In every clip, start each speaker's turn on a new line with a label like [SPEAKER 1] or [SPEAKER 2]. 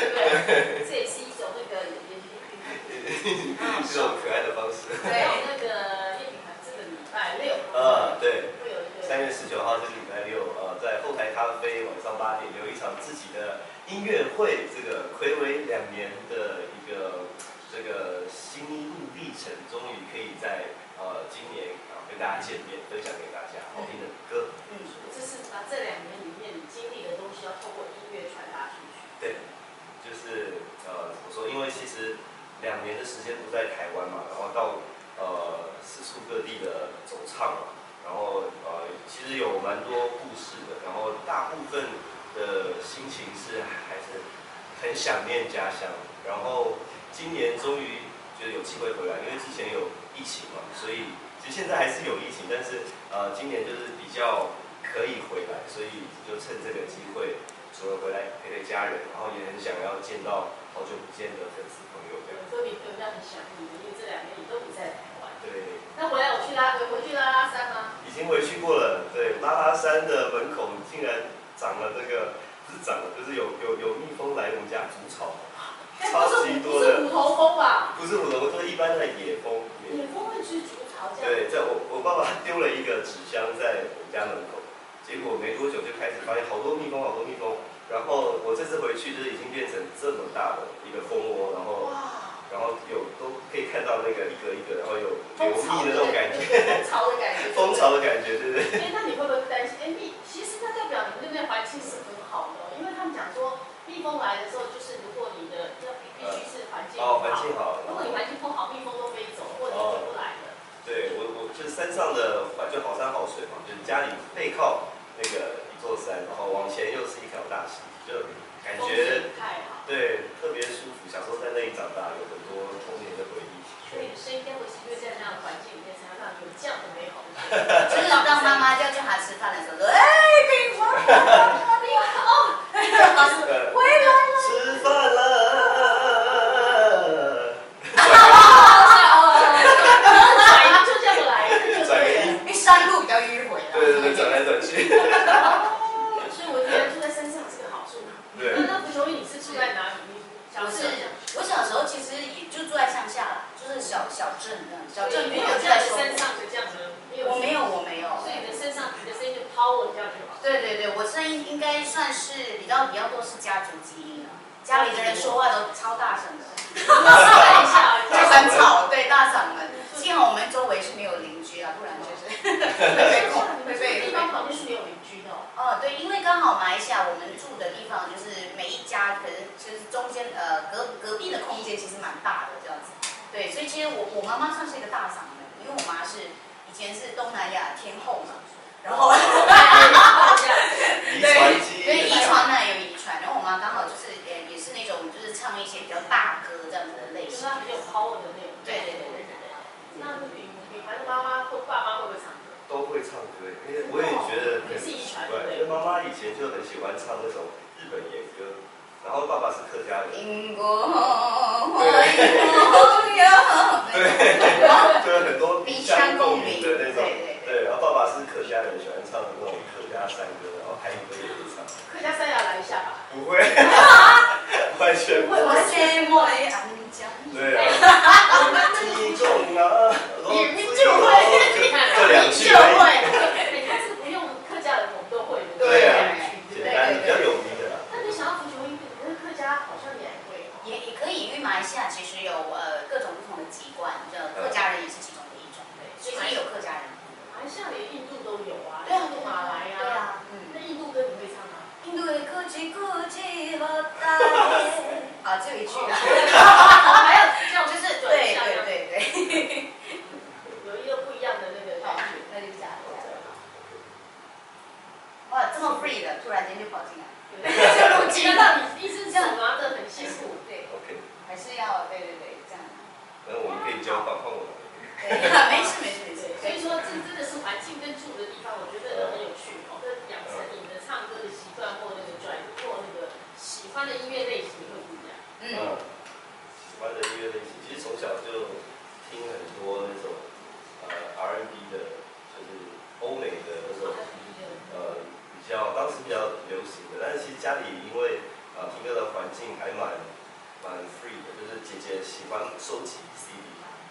[SPEAKER 1] 嗯三月十九号这个礼拜六，呃，在后台咖啡晚上八点有一场自己的音乐会，这个暌违两年的一个这个心路历程，终于可以在呃今年啊跟大家见面，分享给大家好听的歌。
[SPEAKER 2] 嗯，就是把这两年里面你经历的东西，要透过音乐传达出去。
[SPEAKER 1] 对，就是呃怎么说？因为其实两年的时间不在台湾嘛，然后到呃四处各地的走唱嘛，然后呃其实有蛮多故事的，然后大部分的心情是还是很想念家乡，然后今年终于觉得有机会回来，因为之前有疫情嘛，所以其实现在还是有疫情，但是呃今年就是比较可以回来，所以就趁这个机会。除了回来陪陪家人，然后也很想要见到好久不见的粉丝朋友这样。
[SPEAKER 2] 有时候你朋友让你想你的，因为这两年你都不在台湾。
[SPEAKER 1] 对，
[SPEAKER 2] 那回来我去拉，我回去拉拉山吗？
[SPEAKER 1] 已经回去过了。对，拉拉山的门口竟然长了这个，不是长了，就是有有有蜜蜂来我们家筑巢，
[SPEAKER 2] 哎，不
[SPEAKER 1] 超
[SPEAKER 2] 是
[SPEAKER 1] 级
[SPEAKER 2] 不
[SPEAKER 1] 多
[SPEAKER 2] 是
[SPEAKER 1] 的
[SPEAKER 2] 虎头蜂吧？
[SPEAKER 1] 不是我的，我说一般的野蜂。野
[SPEAKER 2] 野蜂会去筑巢这样。
[SPEAKER 1] 对，在我我爸爸丢了一个纸箱在我们家门口，结果没多久就开始发现好多蜜蜂，好多蜜蜂。然后我这次回去就是已经变成这么大的一个蜂窝，然后
[SPEAKER 2] 哇，
[SPEAKER 1] 然后有都可以看到那个一格一格，然后有
[SPEAKER 2] 蜂
[SPEAKER 1] 流
[SPEAKER 2] 巢
[SPEAKER 1] 蜜
[SPEAKER 2] 的
[SPEAKER 1] 的那种感觉，
[SPEAKER 2] 觉，蜂巢的感觉。
[SPEAKER 1] 蜂巢的感觉，对不对？
[SPEAKER 2] 哎，那你会不会担心？哎，蜜，其实那代表你们那边环境是很好的，因为他们讲说，蜜蜂来的时候，就是如果你的要必须是环境不
[SPEAKER 1] 哦，
[SPEAKER 2] 好，
[SPEAKER 1] 环境好，
[SPEAKER 2] 如果你环境不好，蜜蜂都飞走，或者就不来了。
[SPEAKER 1] 对我我就是山上的环就好山好水嘛，就是家里背靠那个一座山，然后往前又是一条大溪，就感
[SPEAKER 2] 风
[SPEAKER 1] 觉
[SPEAKER 2] 景太好，
[SPEAKER 1] 对特别舒服。小时候在那里长大，有很多童年的回忆。
[SPEAKER 2] 所以所以应该会是因为在那样的环境里面，才让 有这样的美好的回忆。
[SPEAKER 3] 就是当妈妈叫去喊吃饭的时候，说：“哎，给我妈咪哦，老师
[SPEAKER 1] 呃，
[SPEAKER 3] 回来了。
[SPEAKER 1] 吃饭了，
[SPEAKER 2] 来就这样来，就
[SPEAKER 1] 转个
[SPEAKER 2] 对了。
[SPEAKER 1] 音，”
[SPEAKER 3] 因为山路比较迂回
[SPEAKER 1] 对对对，转来转去。
[SPEAKER 2] 所以我觉得住在山上是个好处。
[SPEAKER 1] 对
[SPEAKER 2] 那那不容易，你是住在哪里？你小
[SPEAKER 3] 我
[SPEAKER 2] 时
[SPEAKER 3] 是
[SPEAKER 2] 候
[SPEAKER 3] 我小时候其实也就住在乡下啦，就是小小镇那样，小
[SPEAKER 2] 所以
[SPEAKER 3] 镇
[SPEAKER 2] 没
[SPEAKER 3] 没
[SPEAKER 2] 有
[SPEAKER 3] 有
[SPEAKER 2] 这样
[SPEAKER 3] 在
[SPEAKER 2] 的
[SPEAKER 3] 说
[SPEAKER 2] 山，上的这样的，没有
[SPEAKER 3] 我没有，我没有。
[SPEAKER 2] 所以你的身上，你的声音就抛我这样就好。
[SPEAKER 3] 对对对，我声音应该算是比较比较多是家族基因的，家里的人说话都超大声的。
[SPEAKER 2] 看一下，
[SPEAKER 3] 就很吵，对大嗓门。幸好我们周围是没有邻居啊，不然就是会被恐
[SPEAKER 2] 你
[SPEAKER 3] 会
[SPEAKER 2] 们这个
[SPEAKER 3] 被
[SPEAKER 2] 地
[SPEAKER 3] 会
[SPEAKER 2] 方旁边是没有邻居的哦。
[SPEAKER 3] 哦，对，因为刚好马来西亚我们住的地方就是每一家可能就是中间呃隔隔壁的空间其实蛮大的这样子，对，所以其实我我妈妈算是一个大嗓门，因为我妈是以前是东南亚天后嘛，然后
[SPEAKER 1] 遗传啊基
[SPEAKER 3] 对，所以
[SPEAKER 1] 因的
[SPEAKER 3] 遗传呢有遗传，然后我妈刚好就是呃也是那种就是唱一些比较大歌这样子的类
[SPEAKER 2] 就是
[SPEAKER 3] 型，
[SPEAKER 2] 他比较抛我的那种。
[SPEAKER 3] 对对对对对。
[SPEAKER 2] 那女女孩的妈妈或爸妈会不会唱歌？
[SPEAKER 1] 都会唱歌，因为我也觉得很奇怪，因为妈妈以前就很喜欢唱那种日本演歌，然后爸爸是客
[SPEAKER 3] 哦
[SPEAKER 1] 家人，
[SPEAKER 3] 英国朋友，
[SPEAKER 1] 就是很多
[SPEAKER 3] 鼻腔共鸣，
[SPEAKER 1] 的
[SPEAKER 3] 对
[SPEAKER 1] 那种。
[SPEAKER 3] 对对，
[SPEAKER 1] 对，然后爸爸是客家人，喜欢唱那种客家山歌，然后台语歌也会唱。
[SPEAKER 2] 客家山要来一下吧。
[SPEAKER 1] 不会， 完全不
[SPEAKER 2] 我
[SPEAKER 3] 我
[SPEAKER 1] 会。
[SPEAKER 3] 羡慕的安江，
[SPEAKER 1] 对啊，我
[SPEAKER 2] 哎
[SPEAKER 1] 们听众啊，这两句而
[SPEAKER 2] 对，他是不用客家人，我们都会的。
[SPEAKER 1] 已。
[SPEAKER 2] 不
[SPEAKER 1] 对啊，
[SPEAKER 2] 对
[SPEAKER 1] 简单比较有名的啦。
[SPEAKER 2] 那你想要足球运动，可是客家好像也会哦。
[SPEAKER 3] 也也可以，因为马来西亚其实有呃各种不同的籍贯，这客家人也是其中的一种，
[SPEAKER 2] 对，
[SPEAKER 3] 所以也有客家人。
[SPEAKER 2] 马来西亚连印度都有啊，
[SPEAKER 3] 对啊
[SPEAKER 2] 印度、马来
[SPEAKER 3] 对
[SPEAKER 2] 啊。
[SPEAKER 3] 啊，
[SPEAKER 2] 那
[SPEAKER 3] 嗯。
[SPEAKER 2] 印度歌你会唱吗？
[SPEAKER 3] 印度的歌曲歌曲好大，啊，就一句啊，
[SPEAKER 2] 还要这样，
[SPEAKER 3] 就是对对对对，
[SPEAKER 2] 有一个不一样的那个感觉。
[SPEAKER 3] 那就假的。哇，这么 free 的，突然间就跑进来。
[SPEAKER 2] 这路径让你一直这样拿得很辛苦。
[SPEAKER 3] 对，
[SPEAKER 1] OK，
[SPEAKER 3] 还是要对对对这样。
[SPEAKER 1] 那我们可以交换，换我。
[SPEAKER 3] 对， 没事没事
[SPEAKER 2] 对，
[SPEAKER 3] 没事。
[SPEAKER 2] 所以说这真的是环境跟住的地方，我觉得都很有趣哦。这养成你的唱歌的习惯或那个转移或那个喜欢的音乐类型会不一样。
[SPEAKER 3] 嗯
[SPEAKER 1] 嗯，喜欢的音乐类型，其实从小就听很多那种呃 R&B 的，就是欧美的那种呃比较当时比较流行的，但是其实家里因为呃听歌的环境还蛮蛮 free 的，就是姐姐喜欢收集 CD，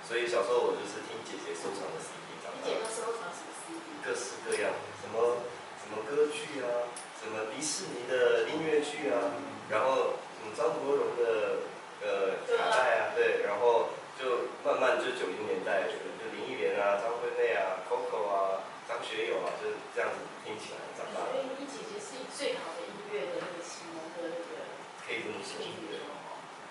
[SPEAKER 1] 所以小时候我就是听姐姐收藏的 CD 长
[SPEAKER 2] 你
[SPEAKER 1] 大
[SPEAKER 2] 姐
[SPEAKER 1] 的。
[SPEAKER 2] 都收藏什么 CD？
[SPEAKER 1] 各式各样，什么什么歌剧啊，什么迪士尼的音乐剧啊，然后什么张国荣的呃卡带啊，对，然后就慢慢就九零年代，呃就林忆莲啊、张惠妹啊、Coco 啊、张学友啊，就是这样子听起来长大
[SPEAKER 2] 所
[SPEAKER 1] 的，
[SPEAKER 2] 以你姐姐是最好的音乐的那个启蒙的那个
[SPEAKER 1] 可以这么说
[SPEAKER 2] 命。运
[SPEAKER 1] 对
[SPEAKER 2] 哦。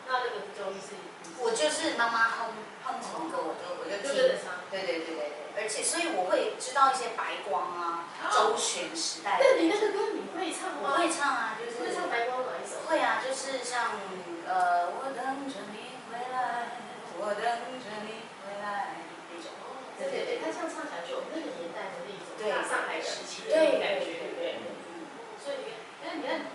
[SPEAKER 2] 那那个周一是，
[SPEAKER 3] 我就是妈妈哼哼什么歌，我就我就
[SPEAKER 2] 对对
[SPEAKER 3] 听。
[SPEAKER 2] 对，常
[SPEAKER 3] 对对对对对，而且所以我会知道一些白光啊、周璇时代的，
[SPEAKER 2] 那你那个歌你会唱
[SPEAKER 3] 我
[SPEAKER 2] 吗？
[SPEAKER 3] 会唱啊，就
[SPEAKER 2] 会
[SPEAKER 3] 是
[SPEAKER 2] 唱白光哪一首？
[SPEAKER 3] 会啊，就是像呃，我等着你回来，我等着你回来那种。
[SPEAKER 2] 对对对，他像唱起来就有那个年代的那一种
[SPEAKER 3] 对
[SPEAKER 2] 大上海时期的那种感觉，对不对？
[SPEAKER 3] 嗯，
[SPEAKER 2] 所以你看，但你看，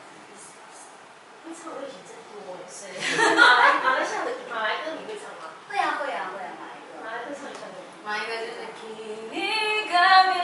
[SPEAKER 2] 会唱的类型真多耶。
[SPEAKER 3] 是。
[SPEAKER 2] 马来马来西亚的马来歌你会唱吗？
[SPEAKER 3] 会啊会啊会啊，哪一个？
[SPEAKER 2] 马来歌唱一下给我。
[SPEAKER 3] Main gak jelek
[SPEAKER 4] Kini kami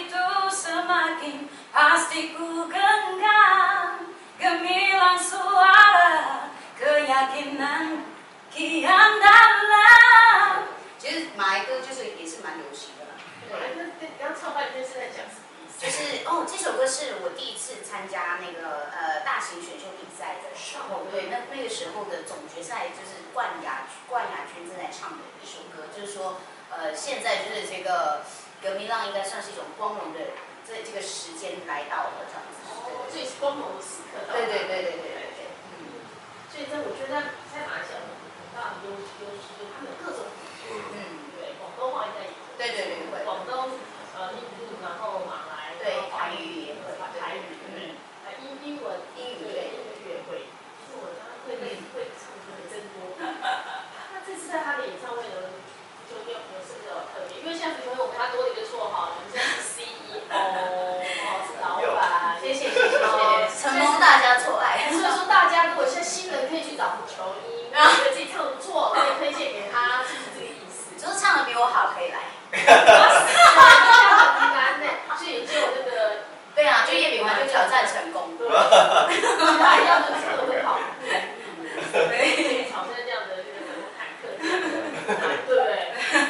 [SPEAKER 4] itu semakin pasti ku genggam Gemilang suara keyakinan kian dalam
[SPEAKER 3] 其实马来歌就是也是蛮流行的啦，
[SPEAKER 2] 马来歌，对，刚唱半天是在讲什么意思？
[SPEAKER 3] 就是哦，这首歌是我第一次参加那个呃大型选秀比赛的时候，对，那那个时候的总决赛就是冠亚冠亚军正在唱的一首歌，就是说呃现在就是这个革命浪应该算是一种光荣的这这个时间来到了这样
[SPEAKER 2] 哦，
[SPEAKER 3] 子，
[SPEAKER 2] 最光荣的时刻到了。
[SPEAKER 3] 对对对对对对对对，嗯
[SPEAKER 2] 所以这我觉得在马来西亚有很大的优优势，就是他们有各种语言，
[SPEAKER 1] 嗯，
[SPEAKER 3] 嗯，
[SPEAKER 2] 对，广东话应该也有。
[SPEAKER 3] 对对对会，
[SPEAKER 2] 广东呃印度，然后马来，然后
[SPEAKER 3] 对嗯台语也会，
[SPEAKER 2] 哦台语对不对？啊英英文
[SPEAKER 3] 英语
[SPEAKER 2] 对英语也会，其实我刚刚会会会唱歌真多。那这次在他的演唱会呢，就有有是比较特别，因为现在朋友给他多了一个绰号，我们现在是 CEO，哦是老板，
[SPEAKER 3] 谢
[SPEAKER 2] 哦
[SPEAKER 3] 谢谢谢谢嗯谢，承蒙大家错爱。
[SPEAKER 2] 所 以说大家如果现在新人可以去找求音，然后觉得自己唱得不错，可以推荐给他，是不是这个意思？
[SPEAKER 3] 你说唱的比我好可以来。
[SPEAKER 2] 很难呢，所以就有那个
[SPEAKER 3] 对啊，就叶秉完就挑战成功。
[SPEAKER 2] 对，其他一样的这个很好，
[SPEAKER 3] 对，
[SPEAKER 2] 挑战这样的这个坦克，对不对？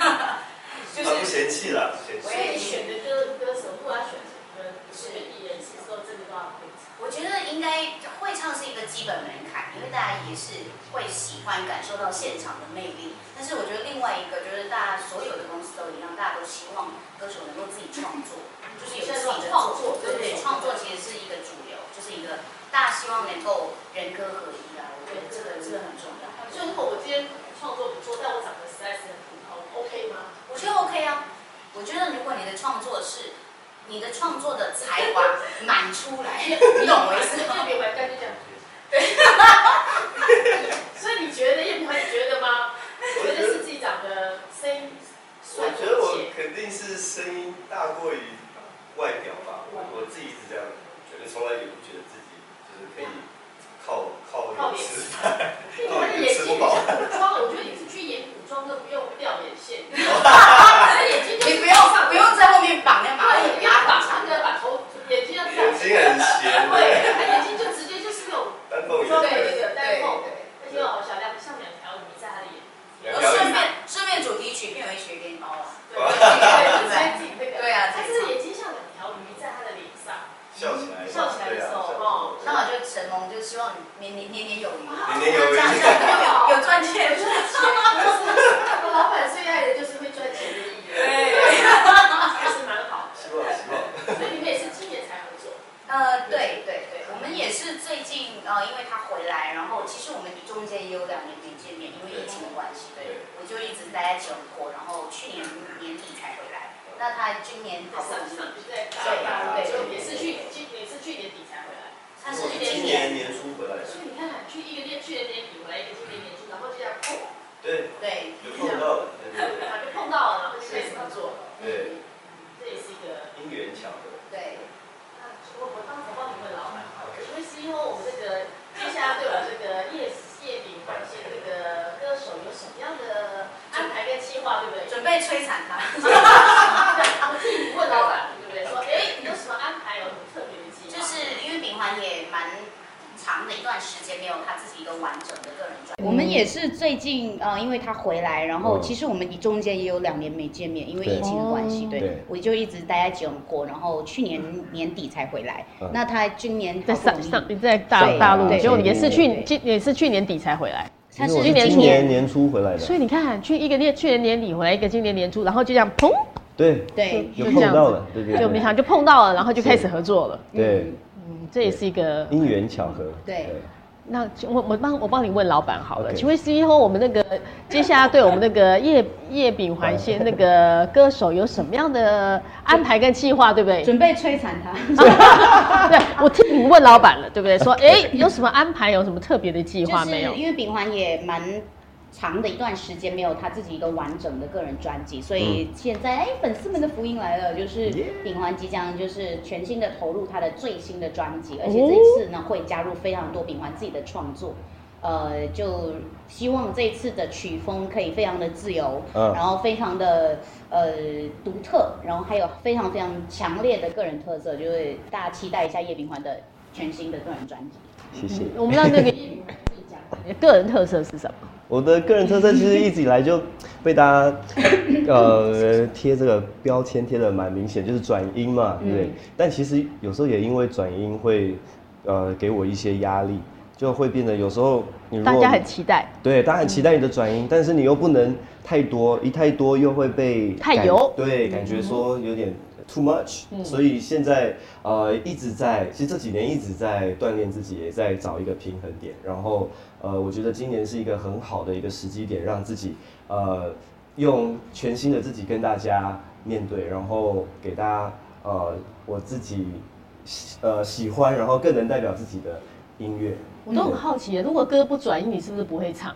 [SPEAKER 3] 就
[SPEAKER 1] 他不
[SPEAKER 3] 是
[SPEAKER 1] 嫌弃啦，不嫌
[SPEAKER 2] 所以
[SPEAKER 1] 弃。
[SPEAKER 2] 你选的歌歌手，不管选什么歌，选艺人，其实都真的都要会唱。
[SPEAKER 3] 我觉得应该会唱是一个基本门槛，因为大家也是会喜欢感受到现场的魅力。但是我觉得另外一个就是大家所有的公司都一样，大家都希望歌手能够自己创作，就是有自己的作品对对，创作其实是一个主流，就是一个大家希望能够人歌合一啊。我觉得这个这个很重要。
[SPEAKER 2] 所以如果我今天创作不错，但我长得实在是很普通，OK 吗？
[SPEAKER 3] 我觉得 OK 啊。我觉得如果你的创作是你的创作的才华满出 来，你懂我意思
[SPEAKER 2] 叶
[SPEAKER 3] 吗？
[SPEAKER 2] 秉怀干就这样对。所以你觉得叶秉怀，你觉得吗？觉得是自己长得声音帅
[SPEAKER 1] 我
[SPEAKER 2] 不
[SPEAKER 1] 觉得
[SPEAKER 2] 起
[SPEAKER 1] 我肯定是声音大过于外表吧，我我自己一直这样觉得，从来也不觉得自己就是可以靠靠
[SPEAKER 2] 靠
[SPEAKER 1] 脸
[SPEAKER 2] 脸
[SPEAKER 1] 吃
[SPEAKER 2] 吃
[SPEAKER 1] 饭，
[SPEAKER 2] 因为他的眼睛也是古装，我觉得你是去演古装都不用掉眼线，你的眼睛就
[SPEAKER 3] 你不用不用在后面绑那马
[SPEAKER 2] 对，
[SPEAKER 3] 尾
[SPEAKER 2] 你不要绑
[SPEAKER 3] 上。
[SPEAKER 2] 那个把头眼睛要这样
[SPEAKER 1] 眼，睛很 斜
[SPEAKER 2] 对，
[SPEAKER 1] 的，
[SPEAKER 2] 他眼睛就直接就是那种，
[SPEAKER 1] 丹凤
[SPEAKER 2] 对
[SPEAKER 1] 眼，
[SPEAKER 2] 对对，丹凤，
[SPEAKER 3] 对
[SPEAKER 2] 而且有好小亮像两条鱼在他的眼睛，
[SPEAKER 1] 两
[SPEAKER 3] 我
[SPEAKER 1] 条
[SPEAKER 3] 顺
[SPEAKER 1] 鱼，
[SPEAKER 3] 便顺便主题曲片尾曲给你包了。
[SPEAKER 2] 对，对，自己那个，
[SPEAKER 3] 对啊，
[SPEAKER 2] 他这个眼睛像两条鱼在他的脸上，
[SPEAKER 1] 笑起来，
[SPEAKER 2] 笑起来的时候哦
[SPEAKER 3] 那我就成龙，就希望你年年年年有余，
[SPEAKER 1] 年年有余
[SPEAKER 3] 这样这样有有赚
[SPEAKER 2] 我
[SPEAKER 3] 钱
[SPEAKER 2] 觉。得钱，我老板最爱的就是会赚钱的艺人，
[SPEAKER 3] 对，
[SPEAKER 2] 还是蛮好
[SPEAKER 1] 希望希望，
[SPEAKER 2] 的，所以你们也是今年才合作。
[SPEAKER 3] 呃，对对对，我们也是最近呃，因为他回来，然后其实我们中间也有两年没见面，因为疫情的关系，对
[SPEAKER 1] 对，
[SPEAKER 3] 我就一直待在吉隆坡，然后去年年底才回来。那他今年好不
[SPEAKER 2] 上
[SPEAKER 3] 容易，
[SPEAKER 2] 场就在大阪，就也是去去也是去年底才回来，
[SPEAKER 3] 他是
[SPEAKER 1] 今年年初回来
[SPEAKER 2] 所以你
[SPEAKER 1] 的，
[SPEAKER 2] 看看，去一个年去年年底回来，一个今年年初，然后就这样碰，
[SPEAKER 3] 对，
[SPEAKER 1] 对，有碰到了，对对对，
[SPEAKER 2] 然后就碰到了，然后就开始合作了，
[SPEAKER 1] 对，
[SPEAKER 2] 这也是一个。
[SPEAKER 1] 姻缘巧合，
[SPEAKER 3] 对，
[SPEAKER 2] 那我我当时帮你问老板，因为是因为我们这个接下来对我们这个夜夜饼环节这个歌手有什么样的安排跟计划，对不对？
[SPEAKER 3] 准备摧残他。
[SPEAKER 2] 我自己问老板，对不对？说哎，你有什么安排？有什么特别的计划？
[SPEAKER 3] 就是因为秉环也蛮常
[SPEAKER 5] 长的一段时间没有他自己一个完整的个人专。
[SPEAKER 3] 我们也是最近呃，因为他回来，然后其实我们中间也有两年没见面，因为疫情的关系，
[SPEAKER 1] 嗯对
[SPEAKER 3] 对，
[SPEAKER 1] 对
[SPEAKER 3] 我就一直待在吉隆坡，然后去年年底才回来。
[SPEAKER 1] 嗯
[SPEAKER 3] 那他今年
[SPEAKER 2] 在
[SPEAKER 3] 好不容
[SPEAKER 2] 上
[SPEAKER 3] 易
[SPEAKER 2] 上在大
[SPEAKER 3] 对
[SPEAKER 2] 大陆
[SPEAKER 3] 对，
[SPEAKER 2] 就也是去
[SPEAKER 3] 对
[SPEAKER 2] 今也是去年底才回来，
[SPEAKER 3] 他
[SPEAKER 1] 其
[SPEAKER 3] 是
[SPEAKER 1] 实我是
[SPEAKER 2] 今年
[SPEAKER 1] 今
[SPEAKER 2] 初
[SPEAKER 1] 年年初回来
[SPEAKER 2] 所
[SPEAKER 1] 的，
[SPEAKER 2] 以你看，去一个年去年年底回来，一个今年年初，然后就这样砰，
[SPEAKER 1] 对，
[SPEAKER 3] 对
[SPEAKER 1] 有
[SPEAKER 2] 就
[SPEAKER 1] 碰
[SPEAKER 2] 这样
[SPEAKER 1] 到
[SPEAKER 2] 子
[SPEAKER 1] 了，对对
[SPEAKER 2] 就
[SPEAKER 1] 对
[SPEAKER 2] 没想就碰到了，然后就开始合作了。
[SPEAKER 1] 对，
[SPEAKER 2] 嗯，这也是一个。
[SPEAKER 1] 因缘巧合，
[SPEAKER 3] 对
[SPEAKER 2] 那就我我帮我帮你问老板好了
[SPEAKER 1] OK
[SPEAKER 2] 请问 CEO 我们那个接下来对我们那个叶叶秉环先那个歌手有什么样的安排跟计划，对 不对？
[SPEAKER 3] 准备摧残他。
[SPEAKER 2] 对，我替你问老板了，对不对？说哎，有什么安排，有什么特别的计
[SPEAKER 3] 就
[SPEAKER 2] 划
[SPEAKER 3] 是
[SPEAKER 2] 没有？
[SPEAKER 3] 因为秉环也蛮长的一段时间没有他自己一个完整的个人专辑，所以现在哎，粉丝们的福音来了，就是
[SPEAKER 1] Yeah
[SPEAKER 3] 秉环即将就是全新的投入他的最新的专辑，而且
[SPEAKER 2] 哦
[SPEAKER 3] 这一次呢会加入非常多秉环自己的创作。呃，就希望这一次的曲风可以非常的自由，
[SPEAKER 1] 嗯
[SPEAKER 3] 然后非常的呃独特，然后还有非常非常强烈的个人特色，就是大家期待一下叶秉环的全新的个人专辑。
[SPEAKER 1] 谢谢。
[SPEAKER 2] 我们让那个叶秉环自己讲你的个人特色是什么？
[SPEAKER 1] 我的个人特色其实一直以来就被大家呃贴这个标签贴的蛮明显，就是转音嘛，对不
[SPEAKER 2] 嗯
[SPEAKER 1] 对？但其实有时候也因为转音会呃给我一些压力，就会变得有时候你如果
[SPEAKER 2] 大家很期待，
[SPEAKER 1] 对，大家很期待你的转音，但是你又不能太多，一太多又会被
[SPEAKER 2] 太
[SPEAKER 1] 感
[SPEAKER 2] 油嗯
[SPEAKER 1] 对，感觉说有点 too much，、所以现在呃一直在，其实这几年一直在锻炼自己，也在找一个平衡点。然后呃，我觉得今年是一个很好的一个时机点，让自己呃用全新的自己跟大家面对，然后给大家呃我自己喜呃喜欢，然后更能代表自己的音乐。嗯
[SPEAKER 2] 我都很好奇，如果歌不转音，你是不是不会唱？